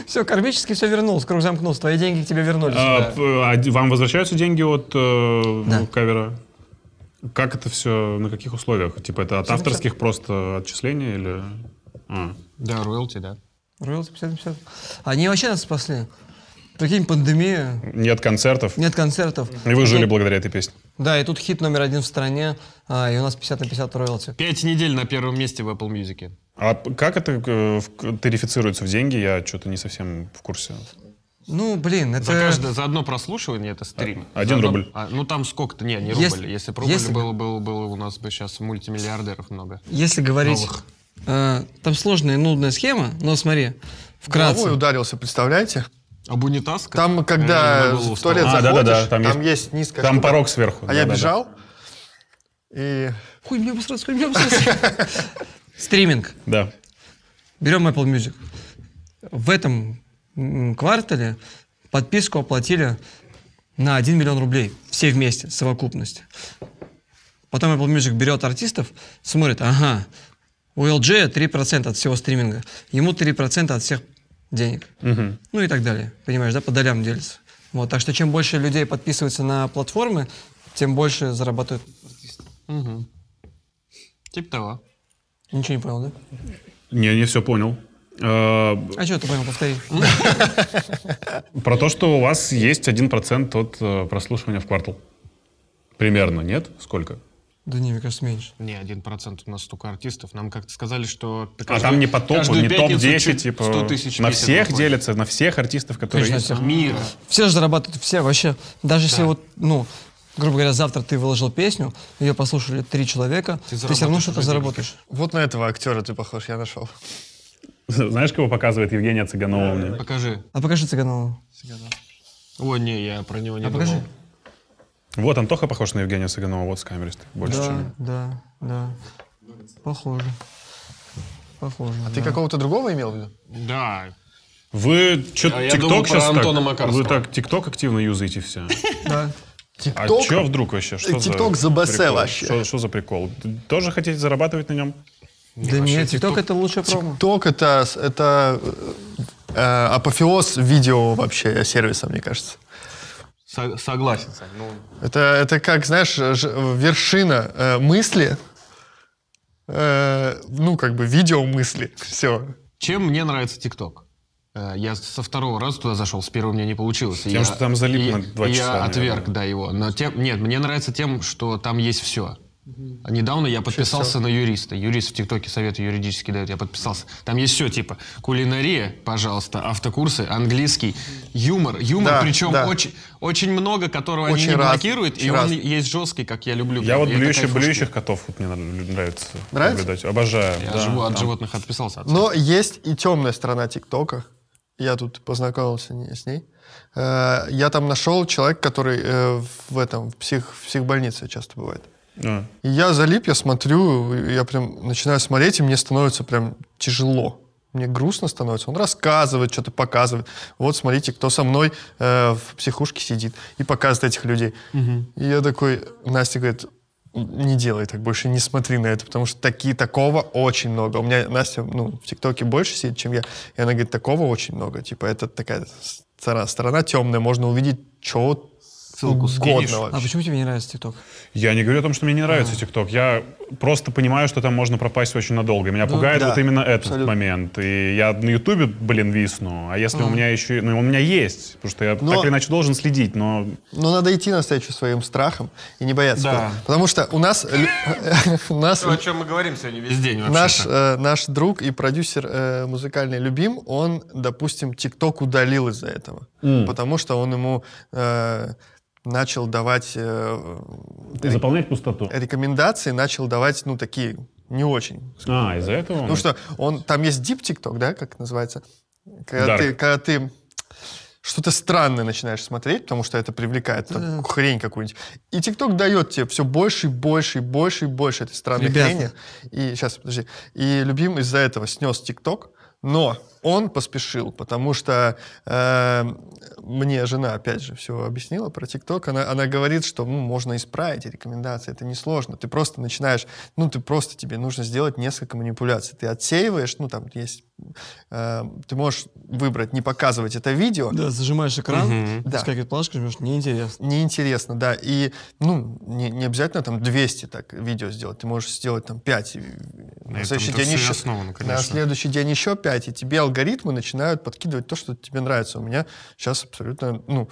Speaker 3: Все, кармически все вернулось, круг замкнулся, твои деньги к тебе вернулись.
Speaker 2: А, п- а д- вам возвращаются деньги от э,
Speaker 3: Да.
Speaker 2: кавера? Как это все, на каких условиях? Типа это от авторских просто отчислений или... А.
Speaker 4: Да, роялти, да.
Speaker 3: Роялти 50 на 50. Они вообще нас спасли. Прикинь, пандемия,
Speaker 2: Нет концертов?
Speaker 3: нет концертов.
Speaker 2: И вы жили благодаря этой песне.
Speaker 3: Да, и тут хит номер один в стране, а, и у нас 50 на 50 роялти.
Speaker 4: Пять недель на первом месте в Apple Music.
Speaker 2: А п- как это э, в- тарифицируется в деньги? Я что-то не совсем в курсе.
Speaker 3: Ну, блин, это...
Speaker 4: За, каждое, за одно прослушивание это стрим.
Speaker 2: Один
Speaker 4: За одно-
Speaker 2: рубль.
Speaker 4: а, ну там сколько-то, не, не рубль.
Speaker 3: Если-
Speaker 4: Если, бы рубль
Speaker 3: если бы-
Speaker 4: было, было, было, у нас бы сейчас мультимиллиардеров много.
Speaker 3: Если говорить...
Speaker 4: Новых.
Speaker 3: э, там сложная и нудная схема, но смотри, вкратце.
Speaker 5: Головой ударился, представляете?
Speaker 4: Об унитаз? как-
Speaker 5: Там,
Speaker 4: Э,
Speaker 5: когда
Speaker 4: на голову
Speaker 5: в туалет
Speaker 2: А,
Speaker 5: заходишь,
Speaker 2: да-да-да, там
Speaker 5: там,
Speaker 2: есть-
Speaker 5: есть, низкая
Speaker 2: Там
Speaker 5: штука.
Speaker 2: порог сверху.
Speaker 5: А я
Speaker 2: да-да-да.
Speaker 5: бежал, и
Speaker 3: Хуй мне обосраться, хуй мне обосраться. Стриминг.
Speaker 2: Да.
Speaker 3: Берем Apple Music. В этом м, квартале подписку оплатили на 1 миллион рублей. Все вместе, совокупность. Потом Apple Music берет артистов, смотрит, ага, у LG 3% от всего стриминга, ему 3% от всех денег. Ну и так далее. Понимаешь, да, по долям делится. Вот, так что чем больше людей подписывается на платформы, тем больше зарабатывают.
Speaker 4: Типа того.
Speaker 3: Ничего не понял, да?
Speaker 2: Не, не все понял. Э,
Speaker 3: А что ты понял, повтори.
Speaker 2: Про то, что у вас есть 1% от э, прослушивания в квартал. Примерно, нет? Сколько?
Speaker 3: Да не, мне кажется, меньше.
Speaker 4: Не, один процент у нас столько артистов. Нам как-то сказали, что...
Speaker 2: А там не по топу,
Speaker 4: каждую
Speaker 2: не
Speaker 4: пятницу
Speaker 2: топ-10,
Speaker 4: чуть
Speaker 2: типа
Speaker 4: 100 тысяч
Speaker 2: на
Speaker 4: песен
Speaker 2: всех
Speaker 4: выходит.
Speaker 2: делится, на всех артистов, которые
Speaker 3: Конечно,
Speaker 2: есть.
Speaker 3: на всех.
Speaker 4: Мира.
Speaker 3: Все же зарабатывают, все вообще. Даже если вот, ну, грубо говоря, завтра ты выложил песню, ее послушали три человека, ты, все равно
Speaker 4: заработаешь
Speaker 3: что-то
Speaker 4: уже денег.
Speaker 3: заработаешь.
Speaker 5: вот на этого актера ты похож, я нашел.
Speaker 2: Знаешь, кого показывает Евгения Цыганова мне?
Speaker 4: Покажи.
Speaker 3: А покажи Цыганову.
Speaker 4: О, не, я про него не
Speaker 3: А
Speaker 4: думал.
Speaker 3: покажи.
Speaker 2: Вот, Антоха похож на Евгения Цыганова, вот с камерой стоит, больше, чем
Speaker 3: Да,
Speaker 2: я.
Speaker 3: да, да. Похоже. Похоже.
Speaker 5: А ты какого-то другого имел в виду?
Speaker 4: А Да.
Speaker 2: Вы что,
Speaker 4: А я
Speaker 2: ТикТок
Speaker 4: думал про
Speaker 2: сейчас так?
Speaker 4: Антона Макарского.
Speaker 2: Вы так ТикТок активно юзаете все.
Speaker 3: Да.
Speaker 2: А
Speaker 5: Тикток?
Speaker 2: что вдруг вообще? Что
Speaker 5: TikTok забасе
Speaker 2: прикол?
Speaker 5: вообще.
Speaker 2: Что, что за прикол? Тоже хотите зарабатывать на нем?
Speaker 3: Да нет, ТикТок это лучшая промо.
Speaker 5: Ток это, с- это э, э, апофеоз видео вообще сервиса, мне кажется.
Speaker 4: Со- согласен, Сань. Ну,
Speaker 5: Это, это как, знаешь, ж- вершина э, мысли, э, ну, как бы видеомысли, все.
Speaker 4: Чем мне нравится ТикТок? Э, Я со второго раза туда зашел, с первого у меня не получилось.
Speaker 2: Тем,
Speaker 4: я,
Speaker 2: что там залип
Speaker 4: и-
Speaker 2: на два
Speaker 4: и
Speaker 2: часа,
Speaker 4: Я отверг,
Speaker 2: наверное.
Speaker 4: да, его. Но тем, нет, мне нравится тем, что там есть все. Недавно я подписался на юриста. Юрист в ТикТоке советы юридические дает. Я подписался. Там есть все типа кулинария, пожалуйста, автокурсы, английский, юмор. Юмор,
Speaker 5: Да,
Speaker 4: причем
Speaker 5: да.
Speaker 4: очень, очень много, которого
Speaker 5: Очень
Speaker 4: они не
Speaker 5: раз-
Speaker 4: блокируют,
Speaker 5: очень
Speaker 4: и
Speaker 5: раз.
Speaker 4: он есть жесткий, как я люблю.
Speaker 2: Я вот
Speaker 4: Это
Speaker 2: блюющих,
Speaker 4: кайфушно.
Speaker 2: блюющих котов вот мне нрав- нравится,
Speaker 5: Нравится?
Speaker 2: наблюдать. Обожаю.
Speaker 4: Я
Speaker 2: да,
Speaker 4: живу- от
Speaker 2: да.
Speaker 4: животных отписался. от
Speaker 5: Но есть и темная сторона ТикТока. Я тут познакомился не- с ней. Э, Я там нашел человека, который э, в этом в, псих, в психбольнице часто бывает.
Speaker 2: Да.
Speaker 5: И я залип, я смотрю, и я прям начинаю смотреть, и мне становится прям тяжело. Мне грустно становится. Он рассказывает, что-то показывает. Вот, смотрите, кто со мной э, в психушке сидит и показывает этих людей. И я такой, Настя говорит, не делай так больше, не смотри на это, потому что такие, такого очень много. У меня Настя, ну, в ТикТоке больше сидит, чем я. И она говорит, такого очень много. Типа, это такая сторона, сторона темная, можно увидеть чего
Speaker 4: Ссылку скинешь?
Speaker 5: угодно вообще.
Speaker 3: А почему тебе не нравится ТикТок?
Speaker 2: Я не говорю о том, что мне не
Speaker 4: А.
Speaker 2: нравится ТикТок. Я просто понимаю, что там можно пропасть очень надолго. Меня пугает
Speaker 5: Ну да,
Speaker 2: вот именно этот
Speaker 5: абсолютно.
Speaker 2: момент. И я на Ютубе, блин, висну. А если у меня еще... Ну, у меня есть, потому что я
Speaker 5: Но-
Speaker 2: так или иначе должен следить, но...
Speaker 5: Но Ну, надо идти навстречу своим страхам и не бояться.
Speaker 4: Да.
Speaker 5: этого. Потому что у нас, лю- у нас
Speaker 4: То, Ну, о чем мы говорим сегодня весь день вообще.
Speaker 5: наш, э, наш друг и продюсер э, музыкальный Любим, он, допустим, ТикТок удалил из-за этого. Потому что он ему э, начал давать э,
Speaker 2: заполнять пустоту.
Speaker 5: рекомендации, начал давать, ну, такие не очень.
Speaker 2: А, из-за этого?
Speaker 5: Потому ну что он, там есть дип ТикТок, да, как это называется? Когда
Speaker 2: Dark.
Speaker 5: ты, когда ты что-то странное начинаешь смотреть, потому что это привлекает там, хрень какую-нибудь. И ТикТок дает тебе все больше и больше и больше и больше этой странной
Speaker 3: Ребята.
Speaker 5: хрени. И сейчас, подожди. И любим из-за этого снес ТикТок, но он поспешил, потому что э, мне жена, опять же, все объяснила про ТикТок. Она, она говорит, что ну, можно исправить рекомендации, это несложно. Ты просто начинаешь, ну, ты просто, тебе нужно сделать несколько манипуляций. Ты отсеиваешь, ну, там есть, э, ты можешь выбрать, не показывать это видео,
Speaker 3: Да, зажимаешь
Speaker 4: э,
Speaker 3: экран,
Speaker 5: Да.
Speaker 3: скакивает плашка, жмешь, неинтересно.
Speaker 5: неинтересно, да. И, ну, не, не обязательно там 200 так видео сделать. Ты можешь сделать там 5. и
Speaker 4: На этом-то всё и основано,
Speaker 5: на
Speaker 4: конечно.
Speaker 5: следующий день еще 5. И тебе алгоритмы начинают подкидывать то, что тебе нравится. У меня сейчас абсолютно, ну,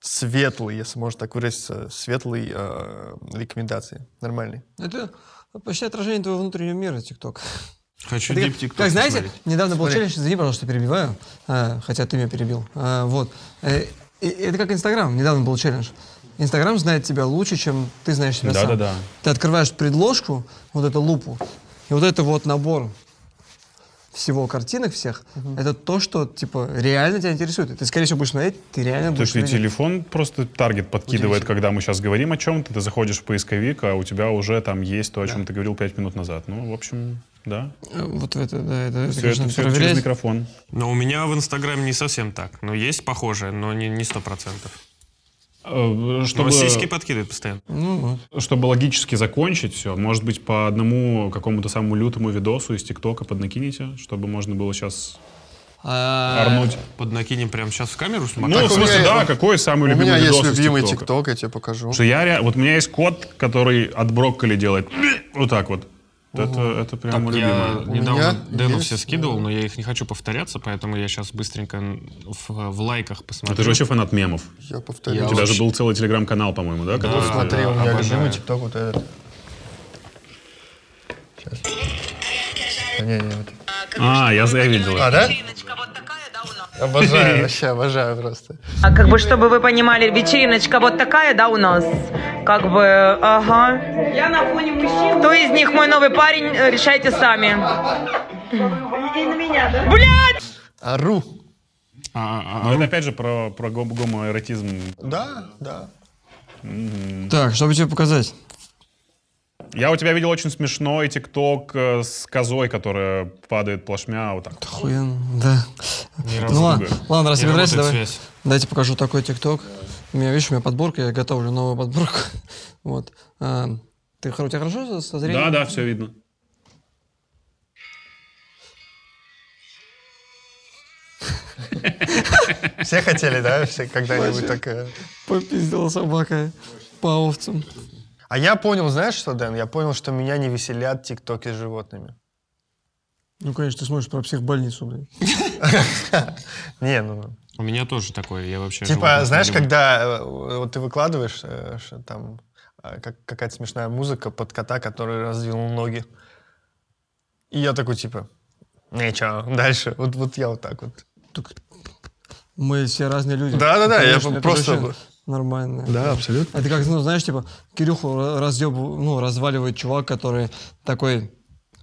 Speaker 5: светлый, если можно так выразиться, светлые э, рекомендации. Нормальные.
Speaker 3: Это почти отражение твоего внутреннего мира, ТикТок.
Speaker 4: Хочу
Speaker 3: Это
Speaker 4: дип
Speaker 3: как-
Speaker 4: ТикТок
Speaker 3: Как знаете,
Speaker 4: посмотреть.
Speaker 3: недавно был челлендж, извини, пожалуйста, что перебиваю, а, хотя ты меня перебил. А, вот. Э, и- это как Инстаграм, недавно был челлендж. Инстаграм знает тебя лучше, чем ты знаешь себя сам.
Speaker 2: Да-да-да.
Speaker 3: Ты открываешь предложку, вот эту лупу, и вот это вот набор всего картинок всех, это то, что, типа, реально тебя интересует. И Ты, скорее всего, будешь смотреть, ты реально
Speaker 2: То есть
Speaker 3: будешь
Speaker 2: и
Speaker 3: видеть.
Speaker 2: телефон просто таргет подкидывает, когда мы сейчас говорим о чем-то, ты заходишь в поисковик, а у тебя уже там есть то, о чем ты говорил пять минут назад. Ну, в общем, да.
Speaker 3: Э, Вот это, да, это, это,
Speaker 2: Все
Speaker 3: конечно,
Speaker 2: это,
Speaker 3: надо
Speaker 2: все это через
Speaker 3: проверять.
Speaker 2: микрофон.
Speaker 4: Но у меня в Инстаграме не совсем так. Но есть похожее, но не не сто процентов.
Speaker 2: Э,
Speaker 4: Но
Speaker 2: Чтобы...
Speaker 4: сиськи подкидывают постоянно.
Speaker 3: Ну, вот.
Speaker 2: Чтобы логически закончить все, может быть, по одному какому-то самому лютому видосу из ТикТока поднакинете, чтобы можно было сейчас
Speaker 3: А,
Speaker 2: орнуть.
Speaker 4: Поднакинем прямо сейчас в камеру с
Speaker 2: Ну,
Speaker 4: макаром.
Speaker 2: в
Speaker 5: а у
Speaker 2: смысле,
Speaker 5: меня-
Speaker 2: да, какой самый
Speaker 5: У
Speaker 2: любимый
Speaker 5: меня есть
Speaker 2: видос из
Speaker 5: любимый
Speaker 2: ТикТока?
Speaker 5: ТикТок, я тебе покажу.
Speaker 2: Что я ре- Вот у меня есть кот, который от брокколи делает вот так вот. Это, это
Speaker 4: Так,
Speaker 2: прямо
Speaker 4: я
Speaker 2: любимое.
Speaker 4: недавно
Speaker 5: меня
Speaker 4: Дэну
Speaker 5: есть,
Speaker 4: все скидывал, но я их не хочу повторяться, поэтому я сейчас быстренько в, в лайках посмотрю.
Speaker 2: А ты же вообще фанат мемов.
Speaker 5: Я
Speaker 4: Я
Speaker 5: повторю.
Speaker 2: У тебя
Speaker 4: вообще-
Speaker 2: же был целый телеграм-канал, по-моему, да? который-
Speaker 5: Смотри, у меня
Speaker 4: обожаю.
Speaker 5: любимый ТикТок вот этот. Сейчас. Не, не, вот.
Speaker 2: А, я, я видел.
Speaker 5: А, да? Обожаю, вообще обожаю просто.
Speaker 8: А как бы, чтобы вы понимали, вечериночка вот такая, да, у нас? Как бы, ага. Я на фоне мужчин. Кто из них мой новый парень, э, решайте сами.
Speaker 5: Ару.
Speaker 4: А, а,
Speaker 2: Но это опять же про, про гом- гомоэротизм.
Speaker 5: Да, да.
Speaker 3: Так, чтобы тебе показать.
Speaker 2: Я у тебя видел очень смешной ТикТок э, с козой, которая падает плашмя вот так.
Speaker 3: Хуен, да. Ну ладно, ладно, раз
Speaker 4: Не
Speaker 3: тебе нравится,
Speaker 4: работает
Speaker 3: давай.
Speaker 4: связь.
Speaker 3: Дайте покажу такой ТикТок. У меня, видишь, у меня подборка, я готовлю новую подборку. Вот. А, Ты хоро- у тебя хорошо со- со зрением?
Speaker 2: Да, да, все видно.
Speaker 5: Все хотели, да, все когда-нибудь так... э,
Speaker 3: Попиздила собака по овцам.
Speaker 5: А я понял, знаешь что, Дэн? Я понял, что меня не веселят тиктоки с животными.
Speaker 3: Ну, конечно, ты смотришь про психбольницу, блядь.
Speaker 5: Не, ну...
Speaker 4: У меня тоже такое, я вообще...
Speaker 5: Типа,
Speaker 4: животных
Speaker 5: знаешь,
Speaker 4: не люблю.
Speaker 5: когда э, вот ты выкладываешь э, ш- там э, как- какая-то смешная музыка под кота, который раздвинул ноги. И я такой, типа, ничего, дальше. Вот, вот я вот так вот.
Speaker 3: Так Мы все разные люди.
Speaker 5: Да-да-да, я
Speaker 3: Конечно, это
Speaker 5: просто-
Speaker 3: вообще Нормально.
Speaker 5: абсолютно.
Speaker 3: Это как, ну, знаешь, типа, Кирюху ра- разъеб, ну, разваливает чувак, который такой,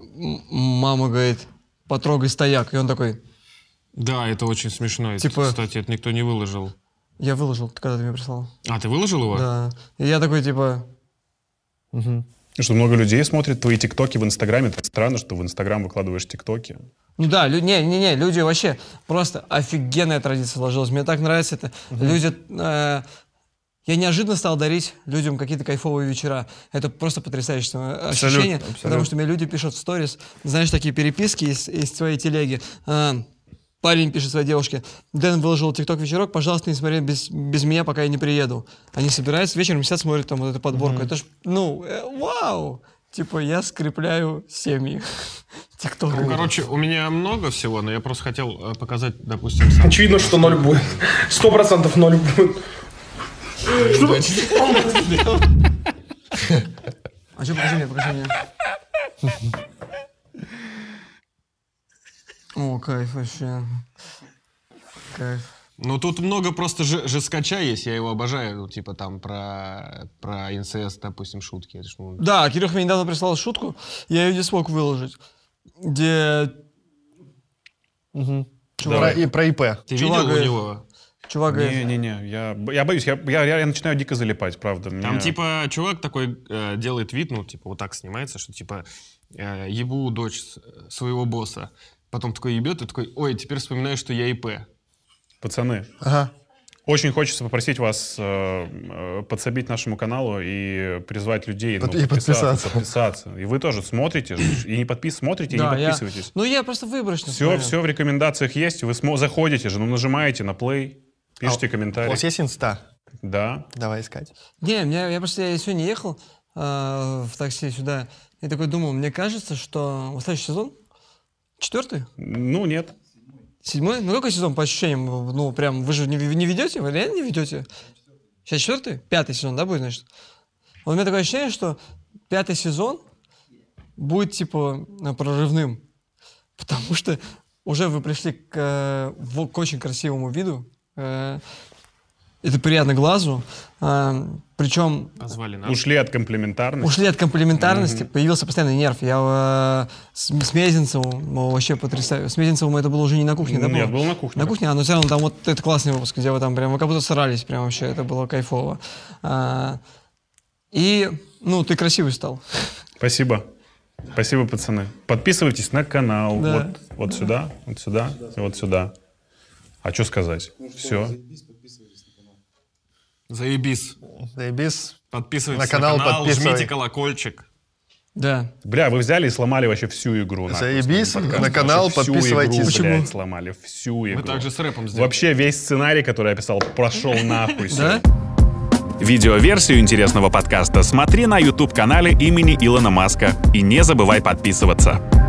Speaker 3: м- мама говорит, потрогай стояк. И он такой,
Speaker 4: Да, это очень смешно. Это,
Speaker 3: Типа-
Speaker 4: Кстати, это никто не выложил.
Speaker 3: я выложил, когда ты мне прислал.
Speaker 4: А, ты выложил его?
Speaker 3: Да. И я такой, типа,
Speaker 2: Что много людей смотрит твои тиктоки в Инстаграме. Это странно, что в Инстаграм выкладываешь тиктоки.
Speaker 3: Ну да, лю- не, не, не, люди вообще просто офигенная традиция сложилась. Мне так нравится это. Люди, э, я неожиданно стал дарить людям какие-то кайфовые вечера. Это просто потрясающее э, ощущение, потому что мне люди пишут в сторис, знаешь, такие переписки из, из своей телеги. Э, парень пишет своей девушке, Дэн выложил тикток вечерок, пожалуйста, не смотри без, без меня, пока я не приеду. Они собираются вечером, сидят, смотрят там вот эту подборку. Это ж, ну, э, вау! Типа я скрепляю семьи. Тикток.
Speaker 4: Ну, короче, у меня много всего, но я просто хотел э, показать, допустим, сам.
Speaker 9: Очевидно, что ноль будет. Сто процентов ноль будет.
Speaker 3: А что, покажи мне, покажи мне. О, кайф вообще. Кайф.
Speaker 4: Ну, тут много просто же- жескача есть, я его обожаю. Ну, типа там про, про инцест, допустим, шутки. Это ж, ну,
Speaker 3: Да, Кирюх мне недавно прислал шутку, я ее не смог выложить, где
Speaker 5: Про, и, про ИП.
Speaker 3: Чувак
Speaker 4: Ты видел у
Speaker 3: говорит-
Speaker 4: него?
Speaker 3: чувак говорит,
Speaker 2: Не-не-не, я, б- я боюсь, я, я, я начинаю дико залипать, правда.
Speaker 4: Там
Speaker 2: Мне-
Speaker 4: типа чувак такой э, делает вид, ну, типа вот так снимается, что типа э, ебу дочь с- своего босса. Потом такой ебет и такой, ой, теперь вспоминаю, что я ИП.
Speaker 2: Пацаны,
Speaker 5: Ага.
Speaker 2: очень хочется попросить вас э, э, подсобить нашему каналу и призвать людей ну,
Speaker 5: Под- и подписаться.
Speaker 2: подписаться. И вы тоже смотрите, ж, и не подпис, смотрите,
Speaker 3: да,
Speaker 2: и не
Speaker 3: я-
Speaker 2: подписывайтесь.
Speaker 3: Ну я просто выборочно
Speaker 2: Все,
Speaker 3: смотрю.
Speaker 2: все в рекомендациях есть. Вы смо- заходите же, ну нажимаете на play, пишите
Speaker 5: А, У
Speaker 2: комментарии.
Speaker 5: вас есть инста?
Speaker 2: Да.
Speaker 5: Давай искать.
Speaker 3: Не, меня, я просто я сегодня ехал а, в такси сюда и такой думал, мне кажется, что вот следующий сезон, четвертый,
Speaker 2: Ну нет.
Speaker 3: Седьмой? Ну какой сезон по ощущениям? Ну прям вы же не, не ведете? Вы реально не ведете? Сейчас четвертый? Пятый сезон, да, будет, значит? Вот у меня такое ощущение, что пятый сезон будет типа э, прорывным. Потому что уже вы пришли к, э, во- к очень красивому виду. э, это приятно глазу. э, причем
Speaker 4: Позвали нас.
Speaker 2: Ушли от комплиментарности.
Speaker 3: Ушли от комплементарности, появился постоянный нерв. Я э, с, с Мезенцевым ну, вообще потрясаю. С Мезенцевым это было уже не на кухне, да?
Speaker 2: Нет,
Speaker 3: было?
Speaker 2: было на кухне.
Speaker 3: На кухне, а, но все равно там вот это классный выпуск, где вы там прям, вы как будто срались, прям вообще, это было кайфово. А, и, ну, ты красивый стал.
Speaker 2: Спасибо. Спасибо, пацаны. Подписывайтесь на канал.
Speaker 3: Да.
Speaker 2: Вот, вот сюда, вот сюда, и вот сюда. А что сказать? Все.
Speaker 4: Заебись.
Speaker 5: Заебись.
Speaker 4: Подписывайтесь
Speaker 5: На канал подписывай.
Speaker 4: жмите колокольчик.
Speaker 3: Да.
Speaker 2: Бля, вы взяли и сломали вообще всю игру. нахуй,
Speaker 5: Заебись.
Speaker 2: с этим подкастом.
Speaker 5: На канал
Speaker 2: Вообще всю
Speaker 5: подписывайтесь.
Speaker 2: игру,
Speaker 5: Почему?
Speaker 2: блядь, сломали. Всю игру.
Speaker 4: Мы также с рэпом сделали.
Speaker 2: Вообще весь сценарий, который я писал, прошел нахуй.
Speaker 3: Да?
Speaker 10: Видеоверсию интересного подкаста смотри на YouTube-канале имени Илона Маска и не забывай подписываться.